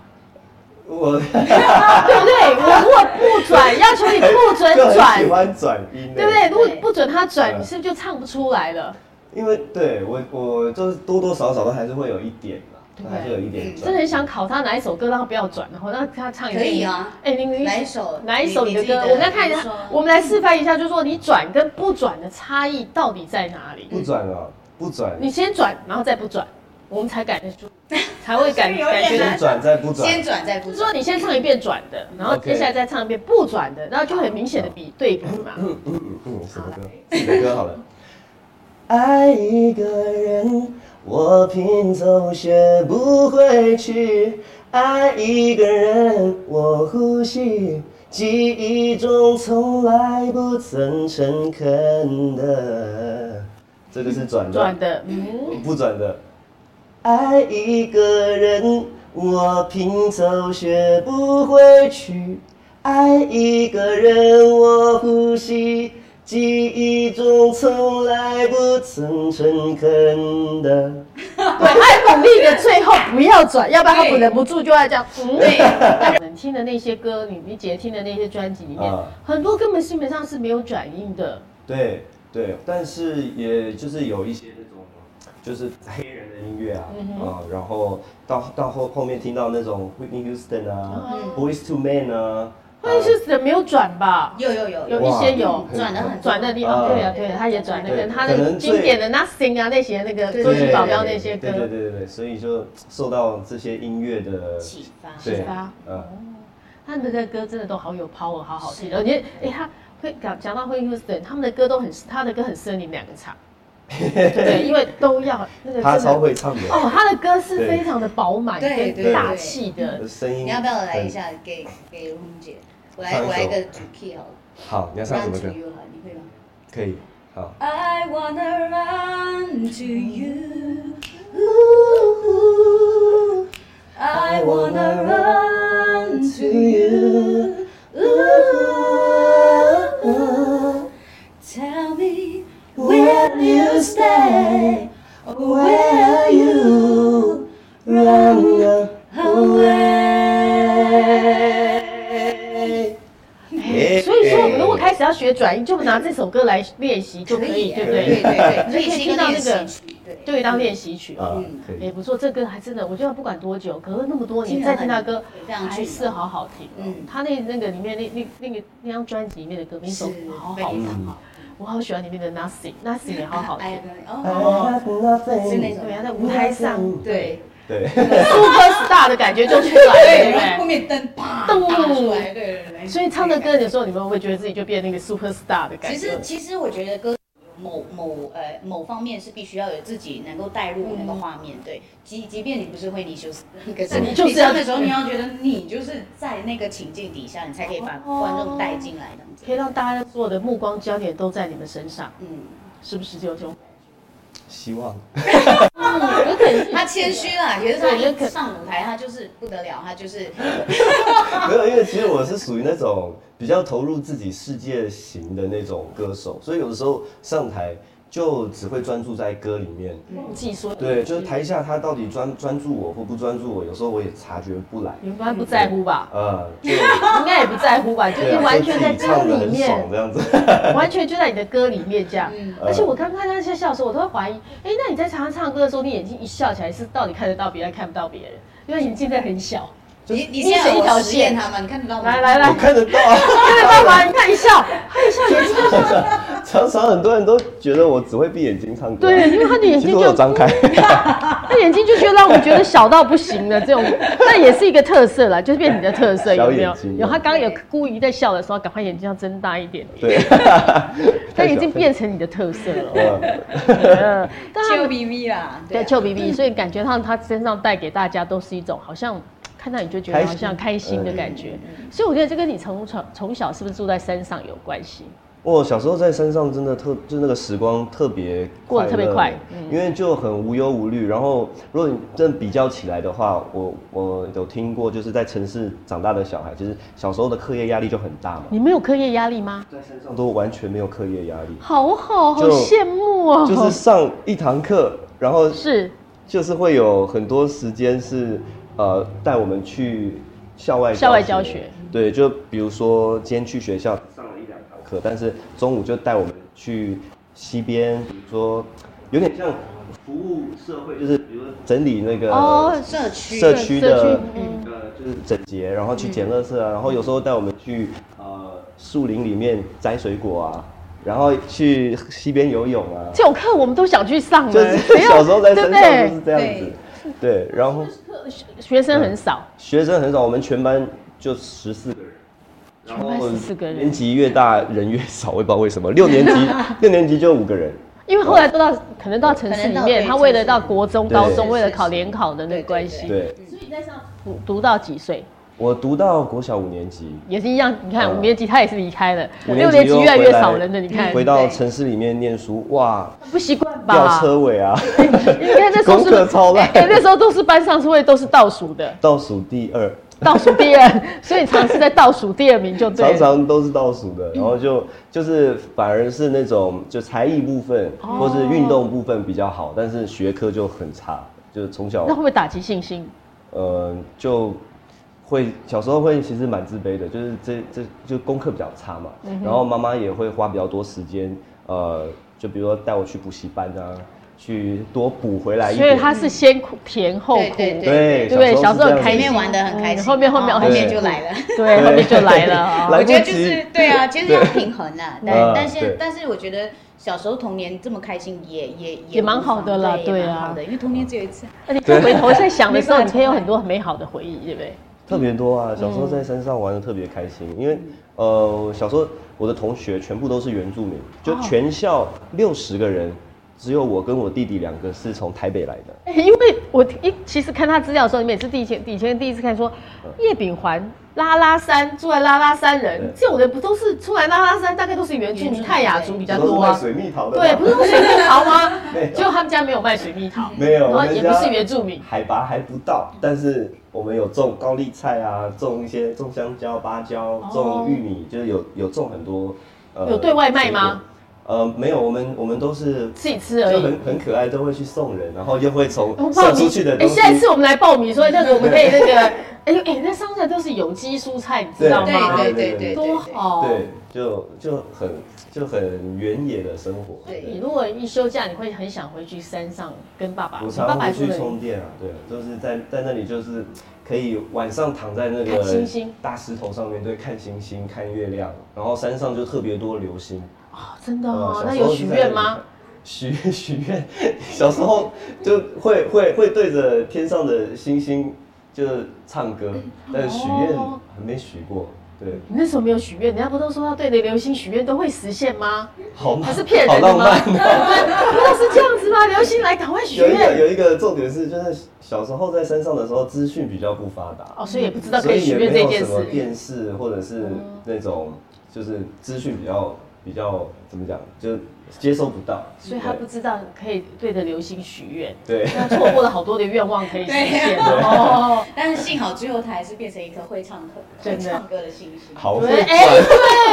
[SPEAKER 1] 我。
[SPEAKER 2] 对不对？我如果不转，要求你不准
[SPEAKER 1] 就很
[SPEAKER 2] 转
[SPEAKER 1] 喜，欢转音 欸，
[SPEAKER 2] 对不对？如果不准他
[SPEAKER 1] 对
[SPEAKER 2] 转，你是不是就唱不出来了？
[SPEAKER 1] 因为对我我就是多多少少都还是会有一点
[SPEAKER 2] 对
[SPEAKER 1] 嘛，还是有一点
[SPEAKER 2] 真的
[SPEAKER 1] 转。
[SPEAKER 2] 很想考他哪一首歌，让他不要转，然后让他唱一遍
[SPEAKER 5] 可以啊。
[SPEAKER 2] 哎，你你
[SPEAKER 5] 哪一首
[SPEAKER 2] 哪一首你的
[SPEAKER 5] 你自己
[SPEAKER 2] 歌
[SPEAKER 5] 的？
[SPEAKER 2] 我们来看一
[SPEAKER 5] 比
[SPEAKER 2] 下
[SPEAKER 5] 如说，
[SPEAKER 2] 我们来示范一下，就是说你转跟不转的差异到底在哪里？
[SPEAKER 5] 嗯
[SPEAKER 1] 不转了，不转，
[SPEAKER 2] 你先转，然后再不转，我们才感觉出， 才会感
[SPEAKER 5] 有点
[SPEAKER 2] 感觉
[SPEAKER 5] 难
[SPEAKER 2] 得
[SPEAKER 1] 先转再不转，
[SPEAKER 5] 先转再不
[SPEAKER 2] 就是
[SPEAKER 5] 转
[SPEAKER 2] 说，你先唱一遍转的，然后
[SPEAKER 1] OK
[SPEAKER 2] 接下来再唱一遍不转的，然后就很明显的比对比嘛。
[SPEAKER 1] 嗯嗯，什么歌？你的歌好了。 爱一个人，我拼凑学不会去；爱一个人，我呼吸，记忆中从来不曾诚恳的。这个是转的，
[SPEAKER 2] 转的，嗯，
[SPEAKER 1] 不转的。爱一个人，我拼凑学不会去；爱一个人，我呼吸，记忆中从来不曾诚恳的。
[SPEAKER 2] 对，他很努力的，最后不要转，要不然他忍不住就要这样。嗯，对。你听的那些歌，你你姐听的那些专辑里面
[SPEAKER 1] 啊，
[SPEAKER 2] 很多根本基本上是没有转音的。
[SPEAKER 1] 对对，但是也就是有一些那种，就是黑人的音乐啊，啊、然后到到后后面听到那种 Whitney Houston 啊、
[SPEAKER 2] 嗯
[SPEAKER 1] b o y s to Men 啊，
[SPEAKER 2] 那是指没有转吧？
[SPEAKER 5] 嗯
[SPEAKER 3] 有有有
[SPEAKER 2] 有一些有
[SPEAKER 1] 哇
[SPEAKER 3] 转的很
[SPEAKER 2] 转的地方，
[SPEAKER 1] 啊
[SPEAKER 2] 对啊，对啊，他也转那个
[SPEAKER 1] 对
[SPEAKER 2] 他
[SPEAKER 1] 可
[SPEAKER 2] 的
[SPEAKER 1] 能最
[SPEAKER 2] 经典的 Nothing 啊那些那个
[SPEAKER 3] 对
[SPEAKER 2] 周
[SPEAKER 1] 对
[SPEAKER 2] 星保镖那些
[SPEAKER 1] 对对
[SPEAKER 2] 歌。
[SPEAKER 1] 对对对，所以就受到这些音乐的
[SPEAKER 5] 启发。
[SPEAKER 1] 对
[SPEAKER 2] 发
[SPEAKER 1] 嗯，
[SPEAKER 2] 他们的歌真的都好有 power，好好听。而且，哎，他会讲讲到 Whitney Houston，他们的歌都很，他的歌很适合你们两个唱。对，因为都要那个
[SPEAKER 1] 他
[SPEAKER 2] 真的
[SPEAKER 1] 超会唱的，
[SPEAKER 2] 哦，他的歌是
[SPEAKER 1] 对
[SPEAKER 2] 非常的饱满
[SPEAKER 5] 对
[SPEAKER 2] 跟
[SPEAKER 5] 对
[SPEAKER 2] 大气的。
[SPEAKER 1] 声音
[SPEAKER 5] 你要不要来一？下给给红姐？我来
[SPEAKER 1] 唱一首
[SPEAKER 5] 我来一个主 key 好了，
[SPEAKER 1] 好，你要唱什么歌
[SPEAKER 5] Run to？you 好了，你会吗？
[SPEAKER 1] 可以，好。
[SPEAKER 6] I wanna run to you. I wanna run to you. Ooh. Tell me, will you stay or will you run away?
[SPEAKER 2] 所以说，如果开始要学转音，就拿这首歌来练习就可以，对不
[SPEAKER 5] 对
[SPEAKER 2] 对？
[SPEAKER 5] 对对，
[SPEAKER 2] 可
[SPEAKER 5] 所
[SPEAKER 2] 以
[SPEAKER 5] 以是一个
[SPEAKER 2] 听到那
[SPEAKER 5] 练
[SPEAKER 2] 个
[SPEAKER 5] 习曲，对。
[SPEAKER 2] 对，当练习曲
[SPEAKER 1] 啊
[SPEAKER 2] 哦。，
[SPEAKER 1] 可以
[SPEAKER 2] 也不错，这歌还真的，我觉得不管多久，隔了那么多年
[SPEAKER 5] 竟
[SPEAKER 2] 再
[SPEAKER 5] 然
[SPEAKER 2] 听他歌
[SPEAKER 5] 非，常
[SPEAKER 2] 还
[SPEAKER 5] 隽
[SPEAKER 2] 是
[SPEAKER 5] 永
[SPEAKER 2] 好好听哦。
[SPEAKER 5] 嗯
[SPEAKER 2] 他那那个里面那那那个那张专辑里面的歌，每首
[SPEAKER 5] 是
[SPEAKER 2] 歌好好听哦。我好喜欢里面的 Nothing，Nothing 也好好
[SPEAKER 7] 哎
[SPEAKER 2] 听。
[SPEAKER 7] 哦，
[SPEAKER 1] nothing
[SPEAKER 7] 是那种
[SPEAKER 2] 对嗯啊，在舞台上
[SPEAKER 7] 对
[SPEAKER 1] 对，
[SPEAKER 2] ，Superstar 的感觉就出来了，对不
[SPEAKER 7] 然后后
[SPEAKER 2] 对？
[SPEAKER 7] 面灯啪
[SPEAKER 2] 动物
[SPEAKER 7] 打出来，对对对，
[SPEAKER 2] 所以唱着歌
[SPEAKER 7] 就
[SPEAKER 2] 的时候，你们会不会觉得自己就变那个 Superstar 的感
[SPEAKER 3] 其
[SPEAKER 2] 觉
[SPEAKER 3] 实？其实我觉得歌某某呃某方面是必须要有自己能够带入那个画面，对，即即便你不是会尼修斯，可是
[SPEAKER 2] 你
[SPEAKER 3] 你
[SPEAKER 2] 就是要
[SPEAKER 3] 唱的时候，你要觉得你就是在那个情境底下，你才可以把观众带进来，这样
[SPEAKER 2] 可以
[SPEAKER 3] 子。
[SPEAKER 2] 让大家所有的目光焦点都在你们身上，
[SPEAKER 3] 嗯，
[SPEAKER 2] 是不是就有这种？
[SPEAKER 1] 希望
[SPEAKER 3] 有可能他谦虚啦，可是他
[SPEAKER 2] 对有可
[SPEAKER 3] 一上舞台，他就是不得了，他就是
[SPEAKER 1] 没有，因为其实我是属于那种比较投入自己世界型的那种歌手，所以有的时候上台就只会专注在歌里面。
[SPEAKER 2] 技术
[SPEAKER 1] 对，就是台下他到底专专注我或不专注我，有时候我也察觉不来。
[SPEAKER 2] 你们应该不在乎吧？
[SPEAKER 1] 呃， 就
[SPEAKER 2] 应该也不在乎吧？就
[SPEAKER 1] 对
[SPEAKER 2] 是
[SPEAKER 1] 啊，
[SPEAKER 2] 完全在
[SPEAKER 1] 就自己唱
[SPEAKER 2] 歌里
[SPEAKER 1] 的很
[SPEAKER 2] 面
[SPEAKER 1] 爽，这样子。
[SPEAKER 2] 完全就在你的歌里面这样。
[SPEAKER 7] 嗯
[SPEAKER 2] 而且我刚看他在笑的时候，我都会怀疑，哎，那你在常常唱歌的时候，你眼睛一笑起来，是到底看得到别人，看不到别人？因为眼睛真的很 小。
[SPEAKER 7] 你你现在我实验他们，你看得到吗？
[SPEAKER 2] 来来来
[SPEAKER 1] 我，看得到啊，
[SPEAKER 2] 看得到吗？你看一 笑，看一笑，眼睛就
[SPEAKER 1] 常常很多人都觉得我只会闭眼睛唱歌啊。
[SPEAKER 2] 对，因为他的眼
[SPEAKER 1] 其
[SPEAKER 2] 睛
[SPEAKER 1] 实我有
[SPEAKER 2] 就
[SPEAKER 1] 张开。
[SPEAKER 2] 他眼睛就觉得让我觉得小到不行的这 种，那也是一个特色啦，就是变你的特色有没有
[SPEAKER 1] 小眼？睛啊
[SPEAKER 2] 有他刚刚有故意在笑的时候，赶快眼睛要睁大一点点，
[SPEAKER 1] 对，
[SPEAKER 2] 他已经变成你的特色了。
[SPEAKER 1] 呃。
[SPEAKER 2] 嗯，但他
[SPEAKER 7] 就 B V 啦，
[SPEAKER 2] 对，
[SPEAKER 3] 啊
[SPEAKER 2] 臭比比，所以感觉上他身上带给大家都是一种好像看到你就觉得好像开心的感觉，
[SPEAKER 1] 嗯
[SPEAKER 2] 所以我觉得这跟你从从从小是不是住在山上有关系？
[SPEAKER 1] 我哦小时候在山上真的特，就那个时光特别
[SPEAKER 2] 过得特别快嗯
[SPEAKER 1] 快乐欸因为就很无忧无虑。然后，如果你真的比较起来的话，我我有听过，就是在城市长大的小孩，其实小时候的课业压力就很大嘛，
[SPEAKER 2] 你没有课业压力吗？
[SPEAKER 1] 在山上都完全没有课业压力，
[SPEAKER 2] 好好，好
[SPEAKER 1] 就
[SPEAKER 2] 羡慕哦。
[SPEAKER 1] 就是上一堂课，然后
[SPEAKER 2] 是
[SPEAKER 1] 就是会有很多时间是呃带我们去校外
[SPEAKER 2] 校外教学，
[SPEAKER 1] 对，就比如说今天去学校上了一两堂课，但是中午就带我们去溪边，比如说有点像服务社会，就是比如说整理那个
[SPEAKER 2] 哦，
[SPEAKER 3] 社区
[SPEAKER 1] 呃社区的
[SPEAKER 2] 嗯
[SPEAKER 1] 呃就是整洁，然后去捡垃圾啊，然后有时候带我们去呃树林里面摘水果啊，然后去溪边游泳啊，
[SPEAKER 2] 这种课我们都想去上了，
[SPEAKER 1] 就是
[SPEAKER 2] 谁要
[SPEAKER 1] 小时候在
[SPEAKER 2] 对
[SPEAKER 1] 山
[SPEAKER 2] 不
[SPEAKER 1] 上就
[SPEAKER 2] 对
[SPEAKER 1] 是？这样子。对，然后
[SPEAKER 2] 学生很少，
[SPEAKER 1] 学生很少，我们全班就十四个人。然
[SPEAKER 2] 全班
[SPEAKER 1] 后
[SPEAKER 2] 14个人
[SPEAKER 1] 年级越大人越少，我也不知道为什么。六 年级六年级就五个人，
[SPEAKER 2] 因为后来都到可能到城市里
[SPEAKER 3] 可能到
[SPEAKER 2] 面，
[SPEAKER 3] 对
[SPEAKER 2] 他为了到国中、
[SPEAKER 1] 对
[SPEAKER 2] 高
[SPEAKER 1] 是
[SPEAKER 2] 中，
[SPEAKER 1] 是
[SPEAKER 2] 为了考联考的那个关系，
[SPEAKER 1] 对
[SPEAKER 2] 所以在上读读到几岁
[SPEAKER 1] 我读到国小五年级，
[SPEAKER 2] 也是一样。你看
[SPEAKER 1] 嗯
[SPEAKER 2] 五年级他也是离开了，
[SPEAKER 1] 五
[SPEAKER 2] 六
[SPEAKER 1] 年
[SPEAKER 2] 年级
[SPEAKER 1] 又
[SPEAKER 2] 越来越
[SPEAKER 1] 回来
[SPEAKER 2] 少人了，你看
[SPEAKER 1] 回到城市里面念书，哇，
[SPEAKER 2] 不习惯
[SPEAKER 1] 吊
[SPEAKER 2] 吧？
[SPEAKER 1] 车尾啊，
[SPEAKER 2] 你看那时候是
[SPEAKER 1] 功课超烂
[SPEAKER 2] 哎哎那时候都是班上是会都是倒数的，
[SPEAKER 1] 倒数第二，
[SPEAKER 2] 倒数第二，所以常是在倒数第二名就对嗯
[SPEAKER 1] 常
[SPEAKER 2] 了。
[SPEAKER 1] 常都是倒数的，然后就就是反而是那种就才艺部分
[SPEAKER 2] 哦
[SPEAKER 1] 或是运动部分比较好，但是学科就很差，就是从小
[SPEAKER 2] 那会不会打击信心？
[SPEAKER 1] 呃，就会小时候会其实蛮自卑的，就是这这就功课比较差嘛，
[SPEAKER 2] 嗯
[SPEAKER 1] 然后妈妈也会花比较多时间，呃，就比如说带我去补习班啊，去多补回来一
[SPEAKER 2] 所以
[SPEAKER 1] 点。
[SPEAKER 2] 他是先苦甜后苦，
[SPEAKER 3] 对对
[SPEAKER 2] 对
[SPEAKER 1] 对
[SPEAKER 2] 不对？小时候
[SPEAKER 1] 是
[SPEAKER 2] 很
[SPEAKER 1] 这样子
[SPEAKER 2] 开心，
[SPEAKER 3] 前面玩的很开
[SPEAKER 2] 嗯
[SPEAKER 3] 心，
[SPEAKER 2] 后面后面
[SPEAKER 3] 哦
[SPEAKER 2] 很
[SPEAKER 3] 后面
[SPEAKER 2] 辛
[SPEAKER 3] 就
[SPEAKER 2] 苦
[SPEAKER 3] 来了。
[SPEAKER 2] 对，后面就来了
[SPEAKER 1] 来
[SPEAKER 2] 啊。
[SPEAKER 3] 我觉得
[SPEAKER 1] 不
[SPEAKER 3] 就
[SPEAKER 1] 及
[SPEAKER 3] 是对啊，就是要平衡啊。
[SPEAKER 1] 嗯
[SPEAKER 3] 但但
[SPEAKER 1] 对
[SPEAKER 3] 是但是，我觉得小时候童年这么开心也，也也
[SPEAKER 2] 也蛮好的啦
[SPEAKER 3] 无妨对
[SPEAKER 2] 对啊
[SPEAKER 3] 也蛮好的，因为童年只有一次。
[SPEAKER 2] 那 你再回头再想的时候，
[SPEAKER 3] 没办法
[SPEAKER 2] 你可以有很多很美好的回忆，对不对？
[SPEAKER 1] 特别多啊！小时
[SPEAKER 2] 嗯
[SPEAKER 1] 候在山上玩的特别开心，因为呃，小时候我的同学全部都是原住民，
[SPEAKER 2] 哦
[SPEAKER 1] 就全校六十个人，只有我跟我弟弟两个是从台北来的。
[SPEAKER 2] 哎 因为我一其实看他资料的时候，你每次第一前以前第一次看说哎叶秉环。拉拉山住在拉拉山人
[SPEAKER 1] 对，
[SPEAKER 2] 这种人不都是出来拉拉山，大概都是原住民、泰雅族比较
[SPEAKER 1] 都是
[SPEAKER 2] 多
[SPEAKER 1] 卖
[SPEAKER 2] 啊？
[SPEAKER 1] 水蜜桃的吧，
[SPEAKER 2] 对，不是 都水蜜桃吗
[SPEAKER 1] 没有？
[SPEAKER 2] 结果他们家没有卖水蜜桃，
[SPEAKER 1] 没有，
[SPEAKER 2] 然后
[SPEAKER 1] 我们
[SPEAKER 2] 也
[SPEAKER 1] 家
[SPEAKER 2] 不是原住民，
[SPEAKER 1] 海拔还不到，但是我们有种高丽菜啊，种一些种香蕉、芭蕉，种玉米，就是有有种很多。呃
[SPEAKER 2] 哦有对外卖吗？
[SPEAKER 1] 水果呃，没有，我们我们都是
[SPEAKER 2] 自己吃而
[SPEAKER 1] 就
[SPEAKER 2] 已
[SPEAKER 1] 很。很可爱，都会去送人，然后又会从
[SPEAKER 2] 我报
[SPEAKER 1] 送
[SPEAKER 2] 名
[SPEAKER 1] 出去的
[SPEAKER 2] 哎，
[SPEAKER 1] 东西。
[SPEAKER 2] 下一次我们来报名，说那个我们可以那个，哎哎，那上菜都是有机蔬菜，你知道
[SPEAKER 7] 对
[SPEAKER 2] 吗？
[SPEAKER 7] 对对对，
[SPEAKER 2] 多好。
[SPEAKER 1] 对，就就很就很原野的生活。
[SPEAKER 2] 你如果一休假，你会很想回去山上跟爸爸。
[SPEAKER 1] 我
[SPEAKER 2] 你
[SPEAKER 1] 常
[SPEAKER 2] 爸
[SPEAKER 1] 常
[SPEAKER 2] 爸
[SPEAKER 1] 会
[SPEAKER 2] 住
[SPEAKER 1] 去
[SPEAKER 2] 的
[SPEAKER 1] 充电啊，对，就是在在那里就是可以晚上躺在那
[SPEAKER 2] 看星
[SPEAKER 1] 个
[SPEAKER 2] 星
[SPEAKER 1] 大石头上面，对，看星星、看月亮，然后山上就特别多流星，
[SPEAKER 2] 哦，真的
[SPEAKER 1] 呃
[SPEAKER 2] 哦，
[SPEAKER 1] 小
[SPEAKER 2] 那
[SPEAKER 1] 时候
[SPEAKER 2] 有
[SPEAKER 1] 是
[SPEAKER 2] 许
[SPEAKER 1] 在
[SPEAKER 2] 愿吗？
[SPEAKER 1] 许许愿， 小时候就会会会对着天上的星星就是唱歌，但是许愿
[SPEAKER 2] 嗯哦
[SPEAKER 1] 还没许过，对，
[SPEAKER 2] 你那时候没有许愿，人家不都说要对着流星许愿都会实现吗？
[SPEAKER 1] 好
[SPEAKER 2] 还
[SPEAKER 1] 漫
[SPEAKER 2] 是骗
[SPEAKER 1] 好
[SPEAKER 2] 人的
[SPEAKER 1] 浪
[SPEAKER 2] 吗？
[SPEAKER 1] 漫 啊！
[SPEAKER 2] 不都是这样子吗？流星来，赶快许
[SPEAKER 1] 有一个
[SPEAKER 2] 愿。
[SPEAKER 1] 有一个重点是，就是小时候在山上的时候，资讯比较不发达，
[SPEAKER 2] 哦，所以也不知道可
[SPEAKER 1] 所
[SPEAKER 2] 以
[SPEAKER 1] 以
[SPEAKER 2] 许
[SPEAKER 1] 也
[SPEAKER 2] 愿
[SPEAKER 1] 没
[SPEAKER 2] 这
[SPEAKER 1] 有
[SPEAKER 2] 件
[SPEAKER 1] 什么
[SPEAKER 2] 事。
[SPEAKER 1] 电视或者
[SPEAKER 2] 哦
[SPEAKER 1] 是那种就是资讯比较比较怎么讲，就接收不到，
[SPEAKER 2] 所以他不知道可以对着流星许愿，
[SPEAKER 1] 对。对
[SPEAKER 2] 那错过了好多的愿望可以实现
[SPEAKER 8] 对
[SPEAKER 2] 哦。
[SPEAKER 8] 但是幸好最后他还是变成一颗会唱歌、会唱歌的星星。
[SPEAKER 1] 好会
[SPEAKER 2] 对，
[SPEAKER 1] 转，
[SPEAKER 2] 哎，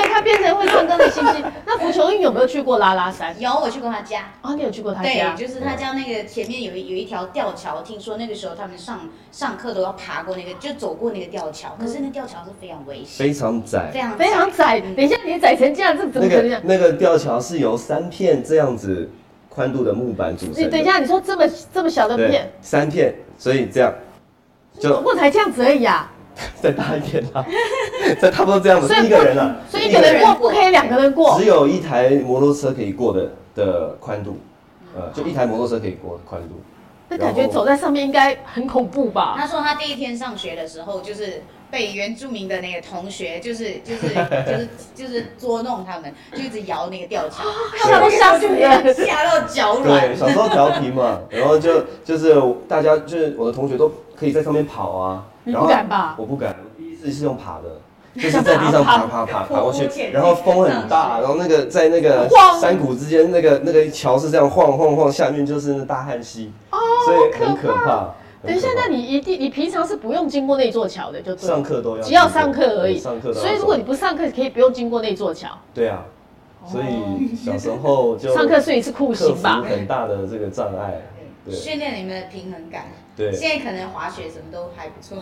[SPEAKER 2] 对，他变成会唱歌的星星。那浮球英有没有去过拉拉山？
[SPEAKER 3] 有我去过他家，
[SPEAKER 2] 哦，你有去过他
[SPEAKER 3] 对，
[SPEAKER 2] 家？嗯
[SPEAKER 3] 就是他家那个前面有一有一条吊桥，听说那个时候他们上上课都要爬过那个，就走过那个吊桥，可是那吊桥是非常危险，
[SPEAKER 1] 非常窄
[SPEAKER 3] 非。常
[SPEAKER 2] 嗯非常窄。等一下，你窄成这样，这怎
[SPEAKER 1] 那
[SPEAKER 2] 么可能
[SPEAKER 1] 个？那个吊桥是由三片这样子宽度的木板组成
[SPEAKER 2] 你
[SPEAKER 1] 的。
[SPEAKER 2] 等一下，你说这么这么小的
[SPEAKER 1] 对，
[SPEAKER 2] 片，
[SPEAKER 1] 三片，所以这样就
[SPEAKER 2] 我才这样子而已啊。
[SPEAKER 1] 再大一点啦，这差不多这样子
[SPEAKER 2] 所以，不
[SPEAKER 1] 一个人啦，
[SPEAKER 2] 所以一个人过不可以两个人过
[SPEAKER 1] 只。有一台摩托车可以过的的宽度，呃，就一台摩托车可以过的宽度。
[SPEAKER 2] 那感觉走在上面应该很恐怖吧？
[SPEAKER 3] 他说他第一天上学的时候，就是被原住民的那个同学，就是 就是就是就是捉弄他们，就一直摇那个吊桥，
[SPEAKER 2] 吓哦都吓死人。
[SPEAKER 3] 吓到脚
[SPEAKER 1] 对，
[SPEAKER 3] 软。
[SPEAKER 1] 小时候调皮嘛，然后就就是大家就是我的同学都可以在上面跑啊，
[SPEAKER 2] 你
[SPEAKER 1] 然
[SPEAKER 2] 不
[SPEAKER 1] 后
[SPEAKER 2] 敢吧？
[SPEAKER 1] 我不敢，我第一次是用 爬的，就是在地上爬爬爬爬过去，然后风很大，然后那个在那个
[SPEAKER 2] 晃
[SPEAKER 1] 山谷之间，那个那个桥是这样晃晃晃，下面就是那大汉溪，
[SPEAKER 2] 哦
[SPEAKER 1] 所以很可怕。
[SPEAKER 2] 等一下，
[SPEAKER 1] 很
[SPEAKER 2] 那
[SPEAKER 1] 可怕
[SPEAKER 2] 你一定你平常是不用经过那座桥的，就对了。
[SPEAKER 1] 上课都要，
[SPEAKER 2] 只要上课而已
[SPEAKER 1] 对上课都要
[SPEAKER 2] 所以如果你不上课，可以不用经过那座桥。
[SPEAKER 1] 对啊，所以小时候就
[SPEAKER 2] 哦上课所以是酷
[SPEAKER 1] 克
[SPEAKER 2] 刑
[SPEAKER 1] 服
[SPEAKER 2] 吧？
[SPEAKER 1] 很大的这个障碍，对
[SPEAKER 3] 训练你们的平衡感，
[SPEAKER 1] 对，
[SPEAKER 3] 现在可能滑雪什么都还不错。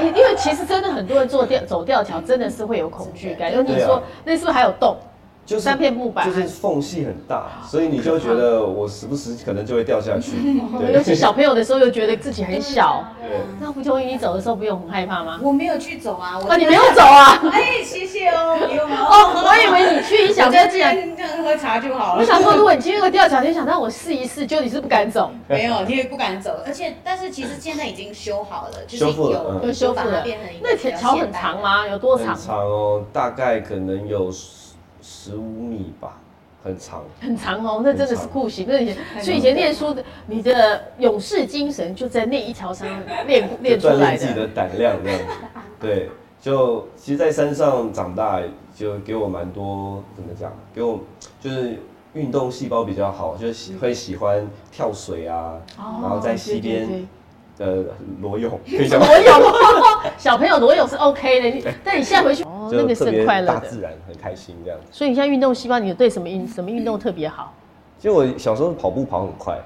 [SPEAKER 2] 因因为其实真的很多人坐吊走吊桥，真的是会有恐惧感。因为你
[SPEAKER 1] 对啊
[SPEAKER 2] 说那是不是还有洞？
[SPEAKER 1] 就是
[SPEAKER 2] 三片木板
[SPEAKER 1] 就是缝隙很大，
[SPEAKER 2] 啊
[SPEAKER 1] 所以你就觉得我时不时可能就会掉 下去，
[SPEAKER 2] 尤其小朋友的时候又觉得自己很小。
[SPEAKER 1] 对。
[SPEAKER 2] 那胡琼英，你走的时候不用很害怕 吗？
[SPEAKER 3] 我没有去走啊，我
[SPEAKER 2] 啊，你没有走啊？
[SPEAKER 3] 哎，谢谢哦，不用
[SPEAKER 2] 哦，
[SPEAKER 3] 哦。
[SPEAKER 2] 我以为你去一
[SPEAKER 3] 我
[SPEAKER 2] 想说
[SPEAKER 3] 在这
[SPEAKER 2] 竟然。
[SPEAKER 3] 样这样喝茶就好
[SPEAKER 2] 我
[SPEAKER 3] 了。
[SPEAKER 2] 想说，如果你经过吊桥，你就想让我试一试，就你是不敢走，
[SPEAKER 3] 没有，你也不敢走，而且但是其实现在已经修好了，就是
[SPEAKER 1] 修复了
[SPEAKER 3] 有
[SPEAKER 1] 嗯
[SPEAKER 2] 就修
[SPEAKER 3] 把
[SPEAKER 2] 复
[SPEAKER 3] 它
[SPEAKER 2] 了
[SPEAKER 3] 变成一。个
[SPEAKER 2] 那
[SPEAKER 3] 比较
[SPEAKER 2] 桥
[SPEAKER 3] 现
[SPEAKER 2] 很
[SPEAKER 3] 代
[SPEAKER 2] 长啊
[SPEAKER 3] 的
[SPEAKER 2] 吗？有多
[SPEAKER 1] 很
[SPEAKER 2] 长？
[SPEAKER 1] 长哦，大概可能有十十五米吧，很长。
[SPEAKER 2] 很长哦，那真的是酷刑。那以前，所以以前念书的，你的勇士精神就在那一条上练
[SPEAKER 1] 就
[SPEAKER 2] 练出
[SPEAKER 1] 锻
[SPEAKER 2] 来
[SPEAKER 1] 炼自己
[SPEAKER 2] 的。
[SPEAKER 1] 的胆量这样子。对，就其实，在山上长大，就给我蛮多怎么讲，给我就是运动细胞比较好，就是喜会喜欢跳水啊，然后在溪边
[SPEAKER 2] 哦对对
[SPEAKER 1] 呃裸泳，可以讲吗
[SPEAKER 2] 对裸泳，小朋友裸泳是 OK 的，你但你现在回去，哦，那
[SPEAKER 1] 就
[SPEAKER 2] 个是
[SPEAKER 1] 特
[SPEAKER 2] 很
[SPEAKER 1] 别
[SPEAKER 2] 快乐
[SPEAKER 1] 大
[SPEAKER 2] 的。
[SPEAKER 1] 自然很开心这样子。
[SPEAKER 2] 所以你现在运动细胞，你对什么运什么运动特别好？
[SPEAKER 1] 其实我小时候跑步跑很快，